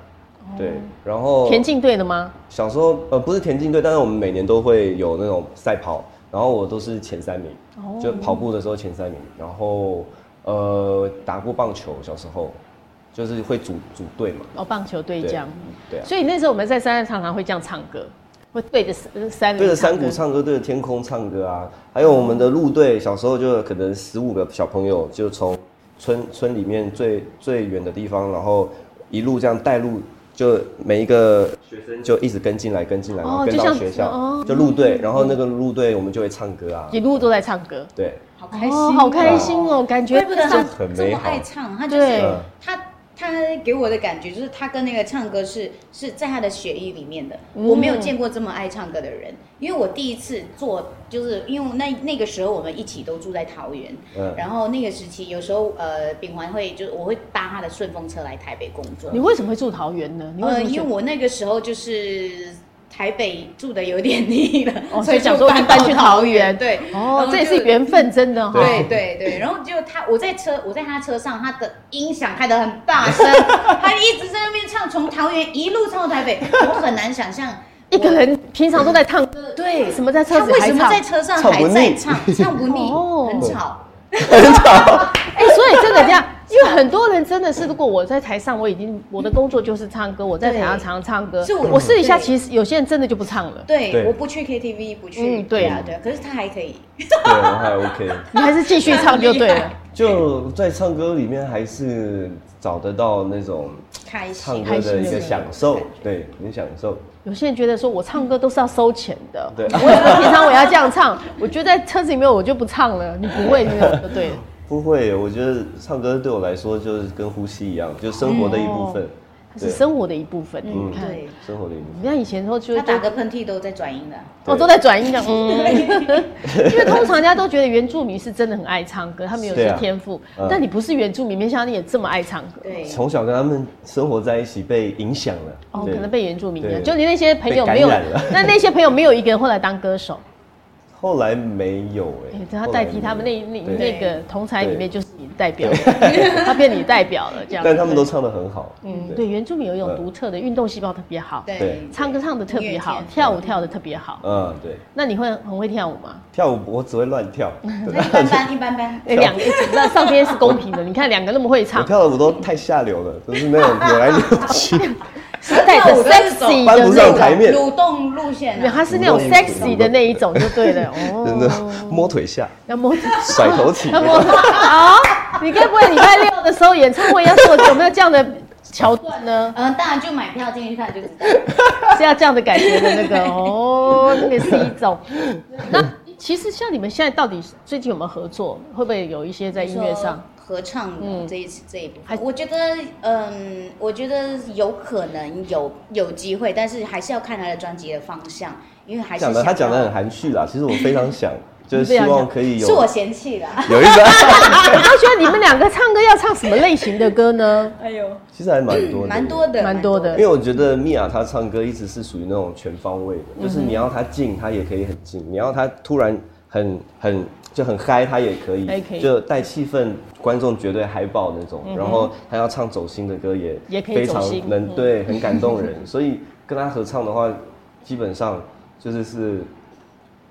[SPEAKER 1] 对，然
[SPEAKER 2] 哦
[SPEAKER 1] 后
[SPEAKER 2] 田径队的吗？
[SPEAKER 1] 小时候呃不是田径队，但是我们每年都会有那种赛跑，然后我都是前三名，
[SPEAKER 2] 哦
[SPEAKER 1] 就跑步的时候前三名。然后呃打过棒球，小时候就是会组组队嘛，
[SPEAKER 2] 哦，棒球队
[SPEAKER 1] 对
[SPEAKER 2] 这样。
[SPEAKER 1] 对啊，
[SPEAKER 2] 所以那时候我们在山上常常会这样唱歌，会对着呃山山
[SPEAKER 1] 对着
[SPEAKER 2] 林
[SPEAKER 1] 山
[SPEAKER 2] 歌
[SPEAKER 1] 谷唱歌，对着天空唱歌啊，还有我们的路队，小时候就可能十五个小朋友就从村村里面最最远的地方，然后一路这样带路。就每一个学生就一直跟进来，跟进来，然后
[SPEAKER 2] 哦
[SPEAKER 1] 跟
[SPEAKER 2] 就
[SPEAKER 1] 到
[SPEAKER 2] 像
[SPEAKER 1] 学校，
[SPEAKER 2] 哦
[SPEAKER 1] 就路队，然后那个路队我们就会唱歌啊，
[SPEAKER 2] 一路都在唱歌，
[SPEAKER 1] 对，
[SPEAKER 3] 好开心
[SPEAKER 2] 哦，好开心哦，感觉
[SPEAKER 3] 怪不得他
[SPEAKER 2] 上
[SPEAKER 1] 很
[SPEAKER 3] 这
[SPEAKER 1] 美
[SPEAKER 3] 么
[SPEAKER 1] 好
[SPEAKER 3] 爱。唱，他就是
[SPEAKER 2] 对，
[SPEAKER 3] 他他给我的感觉就是他跟那个唱歌是是在他的血液里面的。
[SPEAKER 2] 嗯
[SPEAKER 3] 我没有见过这么爱唱歌的人，因为我第一次做，就是因为那那个时候我们一起都住在桃园，
[SPEAKER 1] 嗯，
[SPEAKER 3] 然后那个时期有时候呃秉环会就是我会搭他的顺风车来台北工作
[SPEAKER 2] 你。为什么会住桃园呢？你为什
[SPEAKER 3] 呃，
[SPEAKER 2] 么
[SPEAKER 3] 因为
[SPEAKER 2] 选？
[SPEAKER 3] 我那个时候就是台北住的有点腻了，
[SPEAKER 2] 哦
[SPEAKER 3] 所以
[SPEAKER 2] 所以想
[SPEAKER 3] 就
[SPEAKER 2] 说
[SPEAKER 3] 搬
[SPEAKER 2] 搬
[SPEAKER 3] 到
[SPEAKER 2] 去桃
[SPEAKER 3] 桃
[SPEAKER 2] 园
[SPEAKER 3] 园。对，
[SPEAKER 2] 哦，
[SPEAKER 3] 嗯
[SPEAKER 2] 这也
[SPEAKER 3] 就是
[SPEAKER 2] 缘分，真的哦哈。
[SPEAKER 3] 对对对，然后就他，我在车，我在他车上，他的音响开得很大声，他一直在那边唱，从桃园一路唱到台北，我很难想象
[SPEAKER 2] 一个人平常都在唱歌，
[SPEAKER 3] 对
[SPEAKER 2] 为什么在
[SPEAKER 3] 他
[SPEAKER 2] 车子
[SPEAKER 3] 为
[SPEAKER 2] 还
[SPEAKER 3] 什么
[SPEAKER 2] 唱
[SPEAKER 3] 在？车上
[SPEAKER 1] 唱
[SPEAKER 3] 还
[SPEAKER 1] 不
[SPEAKER 3] 在
[SPEAKER 1] 腻
[SPEAKER 3] 唱，唱不腻
[SPEAKER 2] 哦，
[SPEAKER 3] 很吵。
[SPEAKER 2] 哎，所以真的这样，因为很多人真的是，如果我在台上，我已经我的工作就是唱歌，我在台上
[SPEAKER 3] 对
[SPEAKER 2] 常唱歌
[SPEAKER 3] 是，我
[SPEAKER 2] 我私底下
[SPEAKER 3] 对
[SPEAKER 2] 其实有些人真的就不唱了，
[SPEAKER 3] 对，
[SPEAKER 1] 对
[SPEAKER 3] 我不去 KTV，不去。
[SPEAKER 2] 嗯对
[SPEAKER 3] 啊啊，对啊，可是他还可以。
[SPEAKER 1] 对，我还 OK。
[SPEAKER 2] 你还是继续唱就对了。嗯
[SPEAKER 1] 就在唱歌里面还是找得到那种
[SPEAKER 3] 开
[SPEAKER 1] 唱
[SPEAKER 3] 心。
[SPEAKER 1] 歌的一个享受
[SPEAKER 3] 开心，
[SPEAKER 1] 对，很享受，
[SPEAKER 2] 有些人觉得说我唱歌都是要收钱的，
[SPEAKER 1] 对
[SPEAKER 2] 我我平常我要这样唱，我觉得在车子里面我就不唱了，你不会这样就对 了。
[SPEAKER 1] 不会，我觉得唱歌对我来说就是跟呼吸一样，就生活的一部分，
[SPEAKER 2] 它是生活的一部分。
[SPEAKER 1] 嗯
[SPEAKER 2] 你看，
[SPEAKER 3] 对，
[SPEAKER 1] 生活的一部分。
[SPEAKER 2] 你像以前说就
[SPEAKER 3] 他
[SPEAKER 2] 是
[SPEAKER 3] 打个喷嚏都在转音的。
[SPEAKER 2] 我哦都在转音的，嗯， 因为通常人家都觉得原住民是真的很爱唱歌，他们有
[SPEAKER 1] 对
[SPEAKER 2] 些
[SPEAKER 1] 啊
[SPEAKER 2] 天赋
[SPEAKER 1] 嗯，
[SPEAKER 2] 但你不是原住民，没想到你也这么爱唱歌。
[SPEAKER 3] 对，
[SPEAKER 1] 从小跟他们生活在一起，被影响了。
[SPEAKER 2] 哦，
[SPEAKER 1] 对
[SPEAKER 2] 可能被原住民的，
[SPEAKER 1] 对
[SPEAKER 2] 就你那些朋友没有
[SPEAKER 1] 被感染了，
[SPEAKER 2] 那那些朋友没有一个人后来当歌 手，
[SPEAKER 1] 后来没有
[SPEAKER 2] 哎
[SPEAKER 1] 哎、
[SPEAKER 2] 他代替他们那那
[SPEAKER 1] 对
[SPEAKER 2] 那个同才里
[SPEAKER 1] 对
[SPEAKER 2] 面就是你的代表，他变你代表了这样。
[SPEAKER 1] 但他们都唱得很好。
[SPEAKER 2] 嗯，对，原住民有一种独特的运动细胞特别好，
[SPEAKER 1] 对
[SPEAKER 2] 唱歌唱的特别好，跳舞跳的特别好。
[SPEAKER 1] 嗯，对，
[SPEAKER 2] 那你会很会跳舞吗？
[SPEAKER 1] 跳舞我只会乱跳，
[SPEAKER 3] 那一般般，一般般。
[SPEAKER 2] 哎，两个那上天是公平的，你看两个那么会
[SPEAKER 1] 我
[SPEAKER 2] 唱，
[SPEAKER 1] 跳的舞都太下流了，都是那种扭来扭去，
[SPEAKER 2] 是带
[SPEAKER 7] 跳
[SPEAKER 2] 着
[SPEAKER 7] 舞都是走
[SPEAKER 2] sexy
[SPEAKER 1] 搬不
[SPEAKER 2] 的
[SPEAKER 1] 上 台面，
[SPEAKER 7] 蠕动路线
[SPEAKER 2] 那
[SPEAKER 7] 啊，
[SPEAKER 2] 种，他是那种
[SPEAKER 1] 舞动
[SPEAKER 2] sexy 的那一种就对 了。
[SPEAKER 1] 真的
[SPEAKER 2] 哦，
[SPEAKER 1] 摸腿下，
[SPEAKER 2] 要摸，
[SPEAKER 1] 甩 头起，
[SPEAKER 2] 要摸，好，你该不会礼拜六的时候演唱会要做有没有这样的桥段呢？
[SPEAKER 3] 呃
[SPEAKER 7] 嗯，当然就买票进去看就知道。
[SPEAKER 2] 是要这样的感觉的那个哦，那个是一 种。那其实像你们现在到底最近有没有合作？会不会有一些在音乐上？
[SPEAKER 3] 合唱的
[SPEAKER 2] 嗯
[SPEAKER 3] 这一次这一部
[SPEAKER 2] 还
[SPEAKER 3] 分，我觉得，嗯，我觉得有可能有有机会，但是还是要看他的专辑的方向，因为还是
[SPEAKER 1] 讲的他
[SPEAKER 3] 想
[SPEAKER 1] 讲的
[SPEAKER 3] 要
[SPEAKER 1] 很含蓄啦，其实我非常想，就是希望可以有
[SPEAKER 3] 是我嫌弃了。
[SPEAKER 1] 有一个，
[SPEAKER 2] 我倒觉得你们两个唱歌要唱什么类型的歌呢？
[SPEAKER 7] 哎呦，
[SPEAKER 1] 其实还蛮多的，
[SPEAKER 3] 蛮多的，
[SPEAKER 2] 蛮多的
[SPEAKER 1] 因为我觉得米娅她唱歌一直是属于那种全方位
[SPEAKER 2] 嗯
[SPEAKER 1] 的，就是你要她静，她也可以很静；你要她突然很很就很嗨，她也可以
[SPEAKER 2] 哎可以，嗯
[SPEAKER 1] 就带气氛，观众绝对嗨爆那种。然后她要唱走心的歌也
[SPEAKER 2] 也可以
[SPEAKER 1] 非
[SPEAKER 2] 走
[SPEAKER 1] 常
[SPEAKER 2] 心
[SPEAKER 1] 能
[SPEAKER 2] 嗯
[SPEAKER 1] 对很感动人， 所以跟她合唱的话，基本上就是是。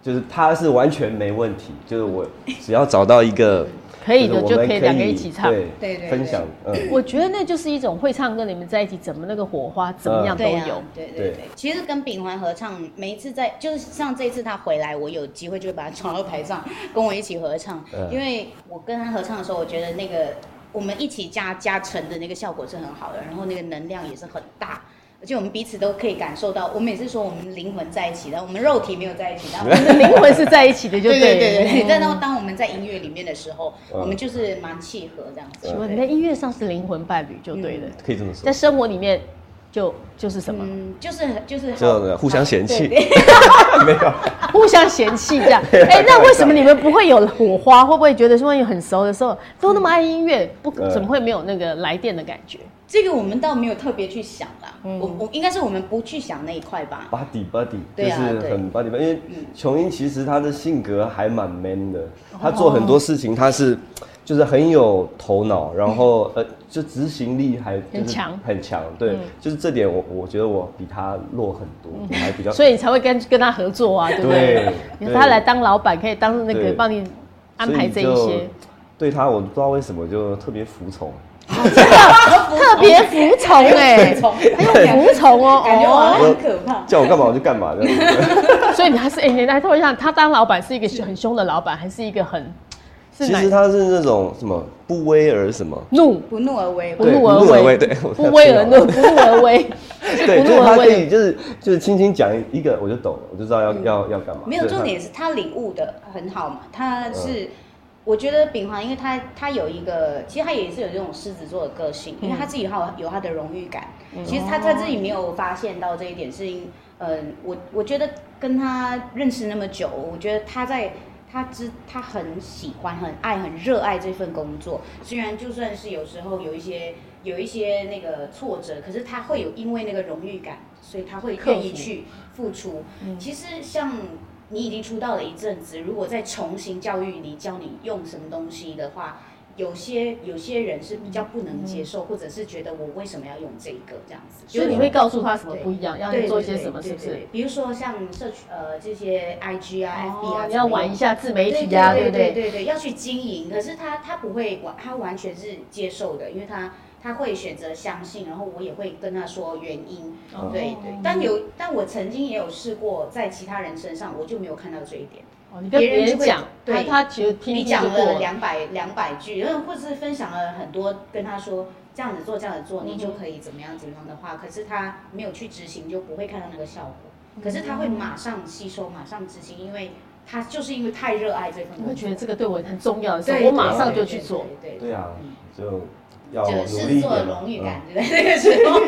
[SPEAKER 1] 就是她是完全没问题，就是我只要找到一个
[SPEAKER 2] 可以的
[SPEAKER 1] 是我们
[SPEAKER 2] 就可以两个一起唱
[SPEAKER 1] 对
[SPEAKER 3] 对对
[SPEAKER 1] 分享，嗯，
[SPEAKER 2] 我觉得那就是一种会唱歌，你们在一起怎么那个火花怎么样都
[SPEAKER 3] 对呀，
[SPEAKER 2] 有。
[SPEAKER 3] 对
[SPEAKER 1] 对
[SPEAKER 3] 对对。其实跟秉环合唱，每一次在就是像这一次他回来，我有机会就会把他抓到台上，跟我一起合唱。
[SPEAKER 1] 嗯
[SPEAKER 3] 因为我跟他合唱的时候，我觉得那个我们一起加加成的那个效果是很好的，然后那个能量也是很大。而且我们彼此都可以感受到，我每次说我们灵魂在一起，但我们肉体没有在一起，但我们
[SPEAKER 2] 灵魂是在一起的，就
[SPEAKER 3] 对
[SPEAKER 2] 对
[SPEAKER 3] 对
[SPEAKER 2] 了
[SPEAKER 3] 对 对。
[SPEAKER 2] 嗯
[SPEAKER 3] 但当当我们在音乐里面的时候，
[SPEAKER 1] 嗯
[SPEAKER 3] 我们就是蛮契合这样子。
[SPEAKER 2] 请问你在音乐上是灵魂伴侣就对了，
[SPEAKER 1] 可以这么说
[SPEAKER 2] 在，生活里面就就是什么
[SPEAKER 3] 嗯，就是就是
[SPEAKER 1] 这样的互相嫌弃
[SPEAKER 3] 对对
[SPEAKER 1] 没有。
[SPEAKER 2] 互相嫌弃这 样。
[SPEAKER 1] 啊
[SPEAKER 2] 哎，那为什么你们不会有火花？会不会觉得说你哎很熟的时候都那么爱音乐，不
[SPEAKER 1] 嗯
[SPEAKER 2] 怎么会没有那个来电的感觉？
[SPEAKER 3] 这个我们倒没有特别去想啦，我我应该是我们不去想那一块吧。
[SPEAKER 1] body body，就
[SPEAKER 3] 对
[SPEAKER 1] 是
[SPEAKER 3] 啊
[SPEAKER 1] 很 body body，因为
[SPEAKER 2] 嗯
[SPEAKER 1] 琼英其实她的性格还蛮 man 的，
[SPEAKER 2] 哦
[SPEAKER 1] 她做很多事情她是就是很有头脑，然后呃就执行力还就
[SPEAKER 2] 嗯
[SPEAKER 1] 是
[SPEAKER 2] 很强嗯
[SPEAKER 1] 很强，对，就是这点我我觉得我比她弱很多，我还比 较
[SPEAKER 2] 所以你才会跟跟他合作啊，对不对
[SPEAKER 1] 对？
[SPEAKER 2] 你
[SPEAKER 1] 对
[SPEAKER 2] 他来当老板，可以当那个
[SPEAKER 1] 对
[SPEAKER 2] 帮你安排这一。
[SPEAKER 1] 所以
[SPEAKER 2] 些
[SPEAKER 1] 就。对她我不知道为什么就特别服从，
[SPEAKER 2] 特别服从 哎，服从哦，
[SPEAKER 7] 感觉我好
[SPEAKER 2] 哦，
[SPEAKER 7] 像很可怕。
[SPEAKER 1] 叫我干嘛我就干嘛这样子。
[SPEAKER 2] 所以你 还是哎，你来透一下，他当老板是一个很凶的老板，还是一个很是
[SPEAKER 1] 其
[SPEAKER 2] 哪
[SPEAKER 1] 实她是那种什么不威而 什么，
[SPEAKER 2] 怒
[SPEAKER 3] 不怒而威，
[SPEAKER 2] 不
[SPEAKER 1] 对
[SPEAKER 2] 怒
[SPEAKER 1] 不怒而
[SPEAKER 2] 而
[SPEAKER 1] 威
[SPEAKER 2] 威，
[SPEAKER 1] 对我
[SPEAKER 2] 不威而怒，不怒而威，是
[SPEAKER 1] 对，
[SPEAKER 2] 不
[SPEAKER 1] 就是
[SPEAKER 2] 怒
[SPEAKER 1] 她
[SPEAKER 2] 而
[SPEAKER 1] 可
[SPEAKER 2] 威嗯
[SPEAKER 1] 以就是就是轻轻讲一个我就懂了，我就知道要要要干嘛。
[SPEAKER 3] 没有
[SPEAKER 1] 就是她
[SPEAKER 3] 重点是他领悟的很好嘛，他是。我觉得秉华，因为他他有一个，其实他也是有这种狮子座的个性，因为他自己好有他的荣誉感。其实他他自己没有发现到这一点，是因，嗯、我我觉得跟他认识那么久，我觉得他在他知他很喜欢、很爱、很热爱这份工作。虽然就算是有时候有一些有一些那个挫折，可是他会有因为那个荣誉感，所以他会愿意去付出。
[SPEAKER 2] 嗯
[SPEAKER 3] 其实像你已经出道了一阵子，如果再重新教育你，教你用什么东西的话，有些有些人是比较不能接受，或者是觉得我为什么要用这个这样子。
[SPEAKER 2] 嗯所以你会告诉他什么不一样，要
[SPEAKER 3] 对
[SPEAKER 2] 你
[SPEAKER 3] 对
[SPEAKER 2] 做一些什么，
[SPEAKER 3] 对
[SPEAKER 2] 是不
[SPEAKER 3] 对对
[SPEAKER 2] 是？
[SPEAKER 3] 比如说像社区呃这些 IG 啊、FB
[SPEAKER 2] 哦
[SPEAKER 3] 啊，
[SPEAKER 2] 你要玩一下自媒体啊，对
[SPEAKER 3] 对
[SPEAKER 2] 不对？
[SPEAKER 3] 对对，要去经营。可是他他不会完，他完全是接受的，因为他他会选择相信，然后我也会跟他说原因。
[SPEAKER 1] 嗯
[SPEAKER 2] 哦
[SPEAKER 3] 对对，但有但我曾经也有试过在其他人身上，我就没有看到这一点。
[SPEAKER 2] 哦，你跟别人
[SPEAKER 3] 别人就会
[SPEAKER 2] 讲，他
[SPEAKER 3] 对
[SPEAKER 2] 他其实听
[SPEAKER 3] 你
[SPEAKER 2] 一听
[SPEAKER 3] 讲
[SPEAKER 2] 就过
[SPEAKER 3] 了
[SPEAKER 2] 了。
[SPEAKER 3] 两百两百句，然后或是分享了很多，跟他说这样子做这样子做，你
[SPEAKER 2] 嗯
[SPEAKER 3] 就可以怎么样怎么样的话，可是他没有去执行，就不会看到那个效
[SPEAKER 2] 嗯
[SPEAKER 3] 果。可是他会马上吸收，马上执行，因为他就是因为太热爱这份
[SPEAKER 2] 你
[SPEAKER 3] 工
[SPEAKER 2] 会觉
[SPEAKER 3] 作
[SPEAKER 2] 得，这个对我很重要的时
[SPEAKER 3] 对
[SPEAKER 2] 候，
[SPEAKER 3] 对
[SPEAKER 2] 我马上就去做。。
[SPEAKER 3] 对对
[SPEAKER 1] 对啊，就要
[SPEAKER 3] 对，就
[SPEAKER 1] 努
[SPEAKER 3] 是
[SPEAKER 1] 力一
[SPEAKER 3] 做
[SPEAKER 1] 点嘛。
[SPEAKER 3] 荣誉
[SPEAKER 1] 嗯
[SPEAKER 3] 感，对那个 时候，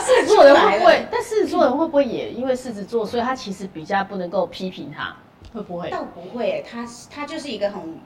[SPEAKER 2] 狮子座人会不会？但狮子座人会不会也因为狮子座，所以他其实比较不能够批评他，会不会？
[SPEAKER 3] 倒不会，他他就是一个很，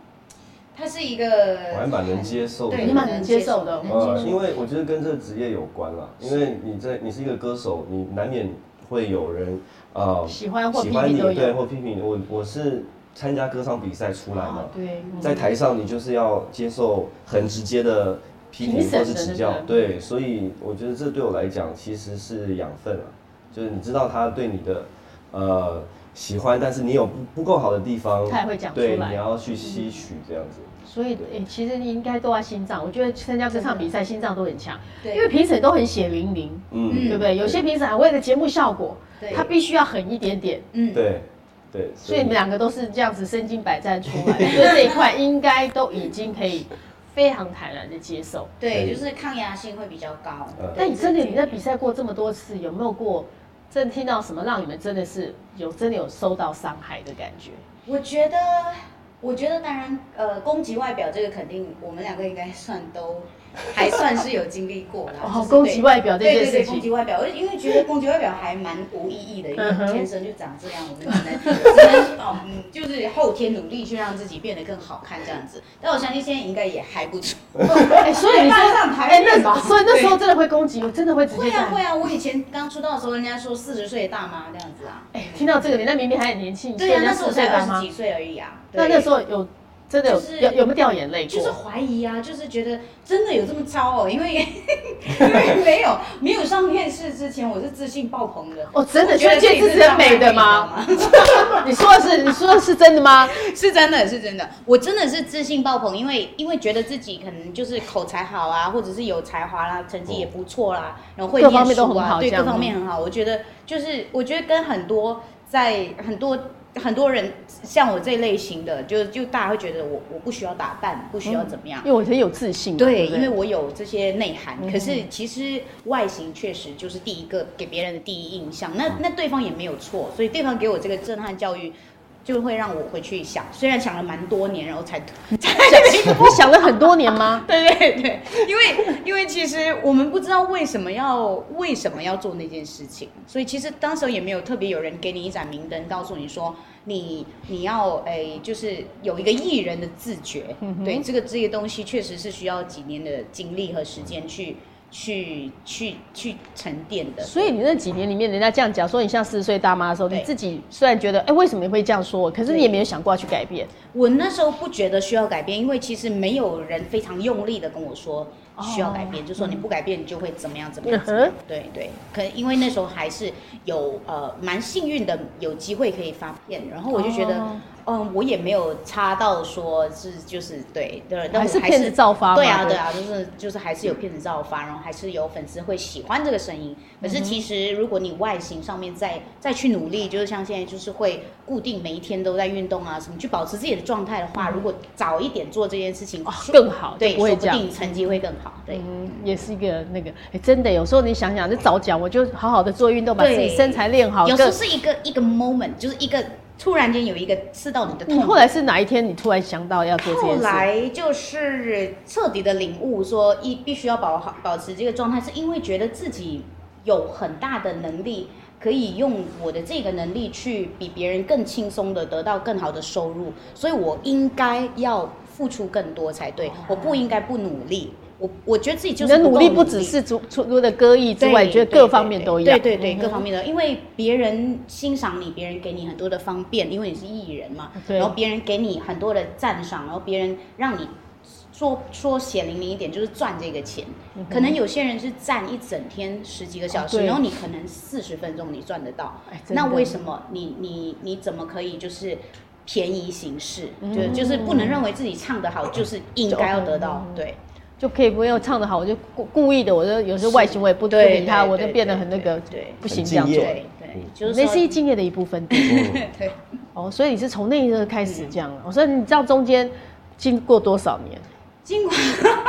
[SPEAKER 3] 他是一个
[SPEAKER 1] 我还蛮能接受的
[SPEAKER 3] 对，
[SPEAKER 2] 你蛮能接受的
[SPEAKER 3] 能
[SPEAKER 1] 呃，
[SPEAKER 3] 接受
[SPEAKER 1] 因为我觉得跟这个职业有关啦，因为你在你是一个歌手，你难免会有人呃
[SPEAKER 2] 喜欢或批
[SPEAKER 1] 喜欢
[SPEAKER 2] 评
[SPEAKER 1] 你，
[SPEAKER 2] 都
[SPEAKER 1] 对，
[SPEAKER 2] 有。
[SPEAKER 1] 或批评你。我我是参加歌唱比赛出来嘛
[SPEAKER 2] 啊，，对，嗯
[SPEAKER 1] 在台上你就是要接受很直接的批评
[SPEAKER 2] 评审的
[SPEAKER 1] 或是指教
[SPEAKER 2] 那，个嗯
[SPEAKER 1] 对，所以我觉得这对我来讲其实是养分啊，就是你知道他对你的呃喜欢，但是你有不不够好的地方，
[SPEAKER 2] 他也会讲出
[SPEAKER 1] 对，
[SPEAKER 2] 来
[SPEAKER 1] 你要去吸取这样子。
[SPEAKER 2] 所以诶、其实你应该都要心脏，我觉得参加歌唱比赛心脏都很强，
[SPEAKER 3] 对
[SPEAKER 2] 因为评审都很血淋淋，
[SPEAKER 1] 嗯，
[SPEAKER 2] 对不对？有些评审还为了节目效果，
[SPEAKER 3] 对
[SPEAKER 2] 他必须要狠一点点，
[SPEAKER 3] 嗯，
[SPEAKER 1] 对对，
[SPEAKER 2] 所以你们两个都是这样子身经百战出 来，所以这一块应该都已经可以非常坦然的接受。
[SPEAKER 3] 对，就是抗压性会比较高。
[SPEAKER 1] 嗯
[SPEAKER 2] 但你真的你在比赛过这么多次，有没有过真的听到什么让你们真的是有真的有受到伤害的感 觉？
[SPEAKER 3] 我觉得，我觉得当然，呃，攻击外表这个肯定，我们两个应该算都还算是有经历过啦
[SPEAKER 2] 。哦
[SPEAKER 3] 就是对
[SPEAKER 2] 攻击外表这件
[SPEAKER 3] 对对
[SPEAKER 2] 事
[SPEAKER 3] 对
[SPEAKER 2] 情
[SPEAKER 3] 攻击外表，我因为觉得攻击外表还蛮无意义的，因
[SPEAKER 2] 嗯
[SPEAKER 3] 为
[SPEAKER 2] 哼
[SPEAKER 3] 天生就长这样，我们只能 只能哦，嗯，就是后天努力去让自己变得更好看这样子。但我相信现在应该也还不错。
[SPEAKER 2] 哎、所以你说，
[SPEAKER 3] 没办法排
[SPEAKER 2] 哎、
[SPEAKER 3] 练吧
[SPEAKER 2] 那所以那时候真的会攻击，我真的会直接
[SPEAKER 3] 会
[SPEAKER 2] 这样
[SPEAKER 3] 啊会啊，我以前刚出道的时候，人家说四十岁的大妈这样子啊。
[SPEAKER 2] 哎、听到这个，你那明明还很年轻，你说
[SPEAKER 3] 对啊，
[SPEAKER 2] 人家
[SPEAKER 3] 那时候
[SPEAKER 2] 四
[SPEAKER 3] 我
[SPEAKER 2] 岁
[SPEAKER 3] 才
[SPEAKER 2] 大
[SPEAKER 3] 二十
[SPEAKER 2] 妈
[SPEAKER 3] 几，岁而已啊。
[SPEAKER 2] 那
[SPEAKER 3] 对
[SPEAKER 2] 那时候有真的有、
[SPEAKER 3] 就是
[SPEAKER 2] 有有没有掉眼泪过？
[SPEAKER 3] 就是 怀疑啊，就是觉得真的有这么糟哦，因为因为没有没有上电视之前，我是自信爆棚的。
[SPEAKER 2] 哦，真的，
[SPEAKER 3] 我觉得
[SPEAKER 2] 所以见自己
[SPEAKER 3] 是
[SPEAKER 2] 很美的吗？？ 你说的是你说的是真的吗？
[SPEAKER 3] 是真的，是真的，我真的是自信爆棚，因为因为觉得自己可能就是口才好啊，或者是有才华啦，成绩也不错啦，然后会
[SPEAKER 2] 各
[SPEAKER 3] 念
[SPEAKER 2] 方面都
[SPEAKER 3] 书
[SPEAKER 2] 很好
[SPEAKER 3] 啊，对，
[SPEAKER 2] 这样
[SPEAKER 3] 各
[SPEAKER 2] 吗
[SPEAKER 3] 方面很好。我觉得就是我觉得跟很多在很多。很多人像我这类型的，就就大家会觉得我我不需要打扮，不需要怎么样，
[SPEAKER 2] 因为我很有自信嘛，
[SPEAKER 3] 对，
[SPEAKER 2] 不
[SPEAKER 3] 因为我有这些内涵，可是其实外形确实就是第一个给别人的第一印象，那那对方也没有错，所以对方给我这个震撼教育，就会让我回去想，虽然想了蛮多年，然后才才
[SPEAKER 2] 你想了很多年吗？
[SPEAKER 3] 对对对，因为因为其实我们不知道为什么要为什么要做那件事情，所以其实当时候也没有特别有人给你一盏明灯，告诉你说你你要诶、就是有一个艺人的自觉，对这个这个东西确实是需要几年的精力和时间去去去去沉淀的。
[SPEAKER 2] 所以你那几年里面，人家这样讲说你像四十岁大妈的时候，
[SPEAKER 3] 对
[SPEAKER 2] 你自己虽然觉得，哎、为什么你会这样说我？可是你也
[SPEAKER 3] 对
[SPEAKER 2] 没有想过要去改变。
[SPEAKER 3] 我那时候不觉得需要改变，因为其实没有人非常用力的跟我说需要改变，就说你不改变你就会怎么样怎么样
[SPEAKER 2] 哦嗯哼
[SPEAKER 3] 怎么样。对对，可能因为那时候还是有呃蛮幸运的，有机会可以发片，然后我就觉得。
[SPEAKER 2] 哦
[SPEAKER 3] 嗯，我也没有差到说是就是对对，但
[SPEAKER 2] 还
[SPEAKER 3] 我
[SPEAKER 2] 是骗子照发嘛
[SPEAKER 3] 对啊
[SPEAKER 2] 对
[SPEAKER 3] 对啊，就是就是还是有骗子照发，然后还是有粉丝会喜欢这个声音。
[SPEAKER 2] 嗯
[SPEAKER 3] 可是其实如果你外形上面再再去努力，就是像现在就是会固定每一天都在运动啊什么，去保持自己的状态的话，如果早一点做这件事情
[SPEAKER 2] 嗯哦更好
[SPEAKER 3] 对，
[SPEAKER 2] 就不会
[SPEAKER 3] 说不
[SPEAKER 2] 这样
[SPEAKER 3] 定成绩会更好。对，
[SPEAKER 2] 嗯，也是一个那个，哎、真的，有时候你想想，就早讲，我就好好的做运动，把自
[SPEAKER 3] 对
[SPEAKER 2] 己身材练好。
[SPEAKER 3] 有时候
[SPEAKER 2] 更
[SPEAKER 3] 是一个一个 moment，就是一个突然间有一个刺到你的
[SPEAKER 2] 你
[SPEAKER 3] 痛。
[SPEAKER 2] 后来是哪一天你突然想到要做这件
[SPEAKER 3] 后
[SPEAKER 2] 事？
[SPEAKER 3] 来就是彻底的领悟，说一必须要保好保持这个状态，是因为觉得自己有很大的能力，可以用我的这个能力去比别人更轻松的得到更好的收入，所以我应该要付出更多才对，我不应该不努力。我我觉得自己就
[SPEAKER 2] 哦你
[SPEAKER 3] 是
[SPEAKER 2] 的努力
[SPEAKER 3] 够
[SPEAKER 2] 不只是除除了歌艺之
[SPEAKER 3] 对
[SPEAKER 2] 外，你觉得
[SPEAKER 3] 对
[SPEAKER 2] 各
[SPEAKER 3] 对
[SPEAKER 2] 方面
[SPEAKER 3] 对
[SPEAKER 2] 都一样。
[SPEAKER 3] 对对对，
[SPEAKER 2] 嗯
[SPEAKER 3] 各方面的，因为别人欣赏你，别人给你很多的方便，因为你是艺人嘛，
[SPEAKER 2] 对
[SPEAKER 3] 然后别人给你很多的赞赏，然后别人让你说说血淋淋一点，就是赚这个钱。可能有些人是站一整天十几个小
[SPEAKER 2] 嗯哦
[SPEAKER 3] 时，
[SPEAKER 2] 对
[SPEAKER 3] 然后你可能四十分钟你赚得到
[SPEAKER 2] 哎，真的
[SPEAKER 3] 那为什么你你你怎么可以就是？便宜行事，
[SPEAKER 2] 嗯
[SPEAKER 3] 对，就是不能认为自己唱得好就是应该要得到，
[SPEAKER 2] 嗯
[SPEAKER 3] 对，
[SPEAKER 2] 就可以不用唱的好，我就故故意的，我就有时候外形我也不不
[SPEAKER 3] 对
[SPEAKER 2] 评他，
[SPEAKER 3] 对
[SPEAKER 2] 我就
[SPEAKER 3] 对
[SPEAKER 2] 变得
[SPEAKER 3] 对
[SPEAKER 2] 很那个，
[SPEAKER 3] 对对
[SPEAKER 2] 不行这样做
[SPEAKER 1] 很敬。业
[SPEAKER 3] 对对。对，就是
[SPEAKER 2] 那是
[SPEAKER 3] 说
[SPEAKER 2] 一敬业的一部分。
[SPEAKER 1] 嗯
[SPEAKER 3] 对，
[SPEAKER 2] 哦，所以你是从那一刻开始这样。啊我说你知道中间经过多少年？
[SPEAKER 3] 尽管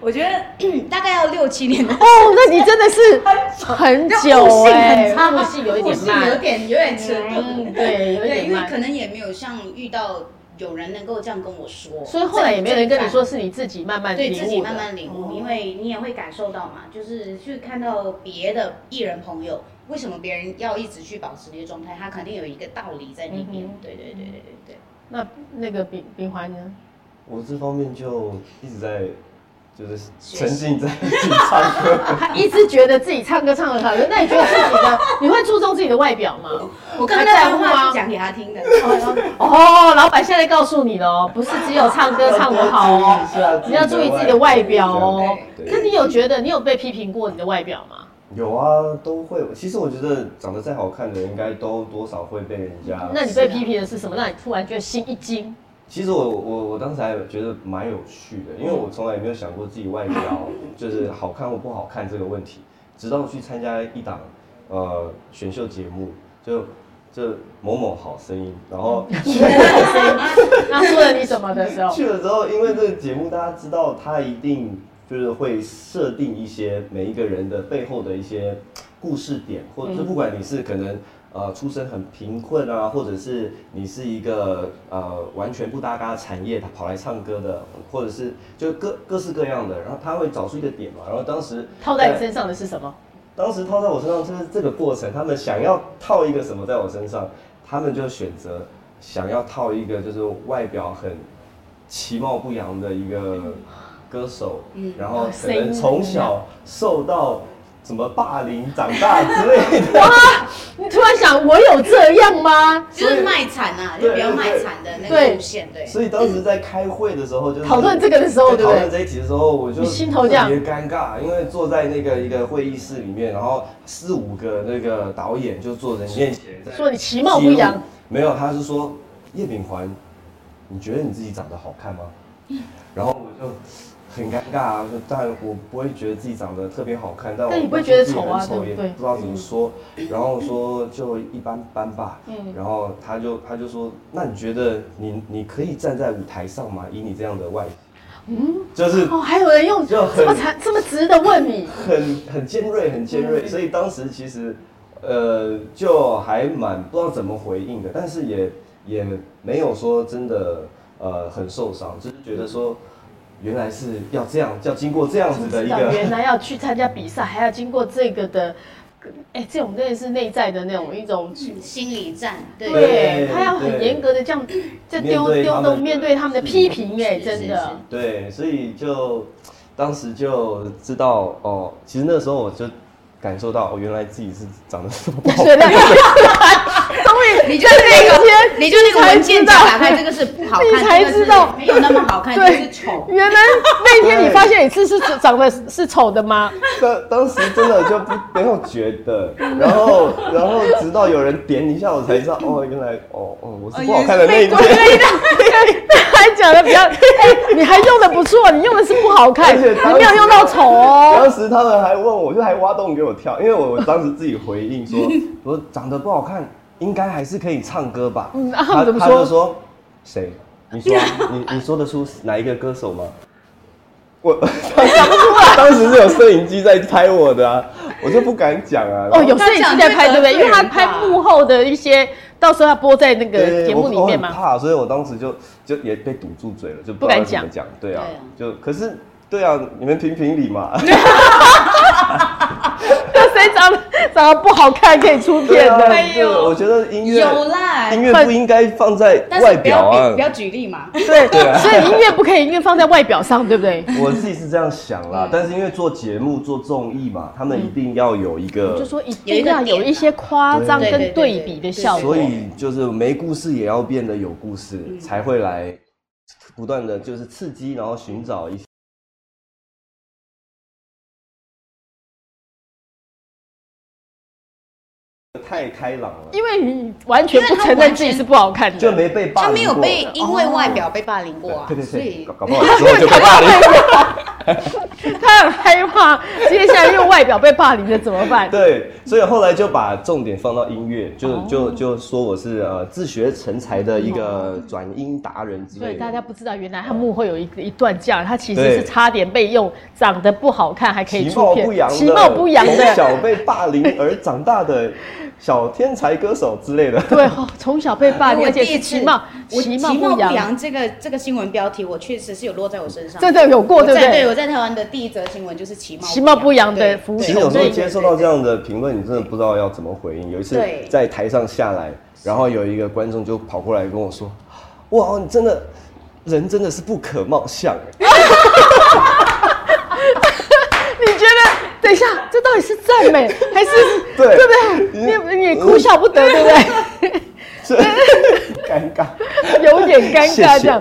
[SPEAKER 3] 我觉得 大概要六七 年 的
[SPEAKER 2] 哦，那你真的是很久哎、
[SPEAKER 3] 差
[SPEAKER 2] 入戏有一点
[SPEAKER 3] 是有
[SPEAKER 2] 慢，
[SPEAKER 3] 点有点迟钝，
[SPEAKER 2] 嗯，对，有一
[SPEAKER 3] 对，
[SPEAKER 2] 点
[SPEAKER 3] 因为
[SPEAKER 2] 慢
[SPEAKER 3] 可。能也没有像遇到有人能够这样跟我说，
[SPEAKER 2] 所以后来也没有人跟你说是你自己慢慢
[SPEAKER 3] 对
[SPEAKER 2] 领悟的，
[SPEAKER 3] 自己慢慢领悟，
[SPEAKER 2] 哦
[SPEAKER 3] 因为你也会感受到嘛，就是去看到别的艺人朋友，为什么别人要一直去保持那个状态，他肯定有一个道理在里面
[SPEAKER 2] 嗯。
[SPEAKER 3] 对对对对对对。
[SPEAKER 2] 那那个丙丙环呢？
[SPEAKER 1] 我这方面就一直在，就是沉浸在自己唱 歌。
[SPEAKER 2] 他一直觉得自己唱歌唱得很好，那你觉得自己 的，你会注重自己的外表吗？
[SPEAKER 3] 我刚刚
[SPEAKER 2] 还
[SPEAKER 3] 那
[SPEAKER 2] 在
[SPEAKER 3] 段
[SPEAKER 2] 乎啊
[SPEAKER 3] 话
[SPEAKER 2] 吗
[SPEAKER 3] 是讲给他听的，
[SPEAKER 2] 哦，老板现在告诉你了哦，不是只有唱歌唱不好哦，
[SPEAKER 1] 哦
[SPEAKER 2] 你要注意自己的外表哦。
[SPEAKER 1] 对
[SPEAKER 2] 那你有觉得你有被批评过你的外表吗？
[SPEAKER 1] 有啊，都会。其实我觉得长得再好看的人，应该都多少会被人家。
[SPEAKER 2] 那你被批评的是什么？让你突然觉得心一惊？
[SPEAKER 1] 其实我我我当时还觉得蛮有趣的，因为我从来也没有想过自己外表 就是好看或不好看这个问题，直到我去参加一档呃选秀节目，就就某某好声音，然 后
[SPEAKER 2] 那说了你什么的时 候？
[SPEAKER 1] 去了之后，因为这个节目大家知道，它一定就是会设定一些每一个人的背后的一些故事点，或者
[SPEAKER 2] 嗯
[SPEAKER 1] 是不管你是可能呃出身很贫困啊，或者是你是一个呃完全不搭嘎的产业跑来唱歌的，或者是就各各式各样的，然后他会找出一个点嘛，然后当时
[SPEAKER 2] 套在你身上的是什么？
[SPEAKER 1] 当时套在我身上就是这个过程，他们想要套一个什么在我身上，他们就选择想要套一个就是外表很其貌不扬的一个歌手，
[SPEAKER 2] 嗯
[SPEAKER 1] 然后可能从小受到什么霸凌长大之类的，
[SPEAKER 2] 啊你突然想，我有这样吗？
[SPEAKER 3] 就是卖惨啊，就比较卖惨的那个路线，对。
[SPEAKER 1] 所以当时在开会的时候就是
[SPEAKER 2] 讨论这个的时候，
[SPEAKER 1] 在
[SPEAKER 2] 对不
[SPEAKER 1] 讨论
[SPEAKER 2] 对？
[SPEAKER 1] 这一题的时候，我就
[SPEAKER 2] 你心头这样
[SPEAKER 1] 特别尴尬，因为坐在那个一个会议室里面，然后四五个那个导演就坐在你面前，在
[SPEAKER 2] 说你其貌不扬，
[SPEAKER 1] 没有，他是说叶秉环，你觉得你自己长得好看吗？然后我就很尴尬啊，就当然我不会觉得自己长得特别好看，但我
[SPEAKER 2] 但你不会觉得
[SPEAKER 1] 自己很
[SPEAKER 2] 丑啊
[SPEAKER 1] 丑
[SPEAKER 2] 对
[SPEAKER 1] 也
[SPEAKER 2] 不对
[SPEAKER 1] 不知道怎么说。然后说就一般般吧。
[SPEAKER 2] 嗯
[SPEAKER 1] 然后他就他就说，那你觉得你你可以站在舞台上吗？以你这样的外形，就是
[SPEAKER 2] 哦，还有人用
[SPEAKER 1] 就很
[SPEAKER 2] 这么惨、这么直的问你，
[SPEAKER 1] 很很尖锐，很尖
[SPEAKER 2] 嗯
[SPEAKER 1] 锐，所以当时其实，呃，就还蛮不知道怎么回应的，但是也也没有说真的呃很受伤，只是觉得说原来是要这样，要经过这样子的
[SPEAKER 2] 知
[SPEAKER 1] 一
[SPEAKER 2] 道
[SPEAKER 1] 个，
[SPEAKER 2] 原来要去参加比赛，还要经过这个的，哎、这种真的是内在的那种一种，
[SPEAKER 3] 心理战，对
[SPEAKER 1] 对
[SPEAKER 2] 他要很
[SPEAKER 1] 对
[SPEAKER 2] 严格的这样，在丢
[SPEAKER 1] 面对
[SPEAKER 2] 丢
[SPEAKER 1] 他
[SPEAKER 2] 都
[SPEAKER 1] 们的
[SPEAKER 2] 面对他们的批评、哎，
[SPEAKER 3] 是
[SPEAKER 2] 真
[SPEAKER 3] 是
[SPEAKER 2] 的
[SPEAKER 3] 是，
[SPEAKER 1] 对，所以就当时就知道哦，其实那时候我就感受到，哦，原来自己是长得这么不好
[SPEAKER 2] 对 终于
[SPEAKER 3] 你就是那
[SPEAKER 2] 在那
[SPEAKER 3] 个，
[SPEAKER 2] 边
[SPEAKER 3] 你就那个文件
[SPEAKER 2] 你才知道
[SPEAKER 3] 夹打开，这个是不好看，
[SPEAKER 2] 你才
[SPEAKER 3] 这个是
[SPEAKER 2] 知道
[SPEAKER 3] 没有那么好看，这
[SPEAKER 2] 对
[SPEAKER 3] 个是丑。
[SPEAKER 2] 原来那天你发现你自是长得是丑的吗？
[SPEAKER 1] 当当时真的就不没有觉得，
[SPEAKER 2] 嗯
[SPEAKER 1] 然后然后直到有人点一下，我才知 道哦，原来哦哦我是不好看的那一面，
[SPEAKER 2] 还讲的比较，哎，你还用的不错，你用的是不好看，
[SPEAKER 1] 而
[SPEAKER 2] 你
[SPEAKER 1] 且当时
[SPEAKER 2] 没有用到丑哦。
[SPEAKER 1] 当时他们还问我，就还挖洞给我跳，因为我我当时自己回 应说，我说长得不好看，应该还是可以唱歌吧。
[SPEAKER 2] 嗯啊他们怎么
[SPEAKER 1] 他
[SPEAKER 2] 说
[SPEAKER 1] 就说谁？你说啊你你说得出哪一个歌手吗？ 我当时当时是有摄影机在拍我的啊，我就不敢讲啊。
[SPEAKER 2] 哦，有摄影机在拍，对不对？因为他拍幕后的一些，到时候要播在那
[SPEAKER 1] 对
[SPEAKER 2] 个节目里面
[SPEAKER 1] 我我很
[SPEAKER 2] 嘛。
[SPEAKER 1] 怕，所以我当时就就也被堵住嘴了，就
[SPEAKER 2] 不敢
[SPEAKER 1] 知道怎么讲。对啊，
[SPEAKER 3] 对啊
[SPEAKER 1] 就可是对啊，你们评评理嘛。
[SPEAKER 2] 谁长得长得不好看可以出片
[SPEAKER 1] 对啊，
[SPEAKER 2] 的？
[SPEAKER 1] 没有，我觉得音乐
[SPEAKER 7] 有啦，
[SPEAKER 1] 音乐不应该放在
[SPEAKER 3] 但
[SPEAKER 1] 外
[SPEAKER 3] 是不
[SPEAKER 1] 表
[SPEAKER 3] 要比
[SPEAKER 1] 啊
[SPEAKER 3] 不。要举例嘛，
[SPEAKER 2] 对，所以音乐不可以音乐放在外表上，对不对？
[SPEAKER 1] 我自己是这样想
[SPEAKER 3] 嗯
[SPEAKER 1] 啦，但是因为做节目、做综艺嘛，他
[SPEAKER 2] 嗯
[SPEAKER 1] 们一定要有一
[SPEAKER 2] 就
[SPEAKER 1] 个，
[SPEAKER 2] 说一定要有一些夸张跟对比的
[SPEAKER 3] 哦
[SPEAKER 2] 效果
[SPEAKER 1] 所。以就是没故事也要变得有故事，
[SPEAKER 3] 嗯
[SPEAKER 1] 才会来不断的就是刺激，然后寻找一些。太开朗了，
[SPEAKER 2] 因为你完全不承认自己是不好看的，
[SPEAKER 1] 就没被霸
[SPEAKER 3] 他
[SPEAKER 1] 凌
[SPEAKER 3] 没有
[SPEAKER 1] 过
[SPEAKER 3] 被因为外表被霸凌过啊
[SPEAKER 1] 哦对，对
[SPEAKER 3] 所
[SPEAKER 1] 对，
[SPEAKER 3] 以
[SPEAKER 1] 搞搞不好之后就被霸凌。
[SPEAKER 2] 他很害怕，接下来又外表被霸凌了怎么办？
[SPEAKER 1] 对，所以后来就把重点放到音乐，就
[SPEAKER 3] 哦
[SPEAKER 1] 就就说我是呃自学成才的一
[SPEAKER 3] 哦
[SPEAKER 1] 个转音达人之
[SPEAKER 2] 所
[SPEAKER 1] 类
[SPEAKER 2] 以大
[SPEAKER 1] 的
[SPEAKER 2] 家。不知道，原来他幕后有一一段架，他其实
[SPEAKER 1] 对
[SPEAKER 2] 是差点被用长得不好看还可以
[SPEAKER 1] 其
[SPEAKER 2] 出
[SPEAKER 1] 貌不
[SPEAKER 2] 片，
[SPEAKER 1] 扬的，
[SPEAKER 2] 其貌不扬
[SPEAKER 1] 从
[SPEAKER 2] 的，
[SPEAKER 1] 小被霸凌而长大的小天才歌手之 类的。
[SPEAKER 2] 对，哦从小被霸
[SPEAKER 9] 因为
[SPEAKER 2] 凌，
[SPEAKER 9] 我
[SPEAKER 2] 而且
[SPEAKER 9] 第一
[SPEAKER 2] 是
[SPEAKER 9] 次
[SPEAKER 2] 其貌
[SPEAKER 9] 我
[SPEAKER 2] 其貌
[SPEAKER 9] 其貌
[SPEAKER 2] 不
[SPEAKER 9] 不
[SPEAKER 2] 扬，
[SPEAKER 9] 扬这个这个新闻标题，我确实是有落在我身上。
[SPEAKER 2] 真的有过
[SPEAKER 9] 我
[SPEAKER 2] 对不
[SPEAKER 9] 在
[SPEAKER 2] 对？
[SPEAKER 9] 我在台湾的第一则新闻就是其貌
[SPEAKER 2] 其貌不扬的
[SPEAKER 9] 对
[SPEAKER 2] 服
[SPEAKER 1] 其
[SPEAKER 2] 从
[SPEAKER 1] 实有时候
[SPEAKER 2] 对
[SPEAKER 1] 接受到这样的评论，你真的不知道要怎么回应。有一次
[SPEAKER 9] 对
[SPEAKER 1] 在台上下来，然后有一个观众就跑过来跟我说：“哇，你真的人真的是不可貌相。 欸
[SPEAKER 2] 你觉得？等一下，这到底是赞 美还是
[SPEAKER 1] 对
[SPEAKER 2] 对不对？你你哭笑不得，对不 对？”
[SPEAKER 1] 这尴尬，
[SPEAKER 2] 有点尴尬
[SPEAKER 1] 谢
[SPEAKER 2] 这样。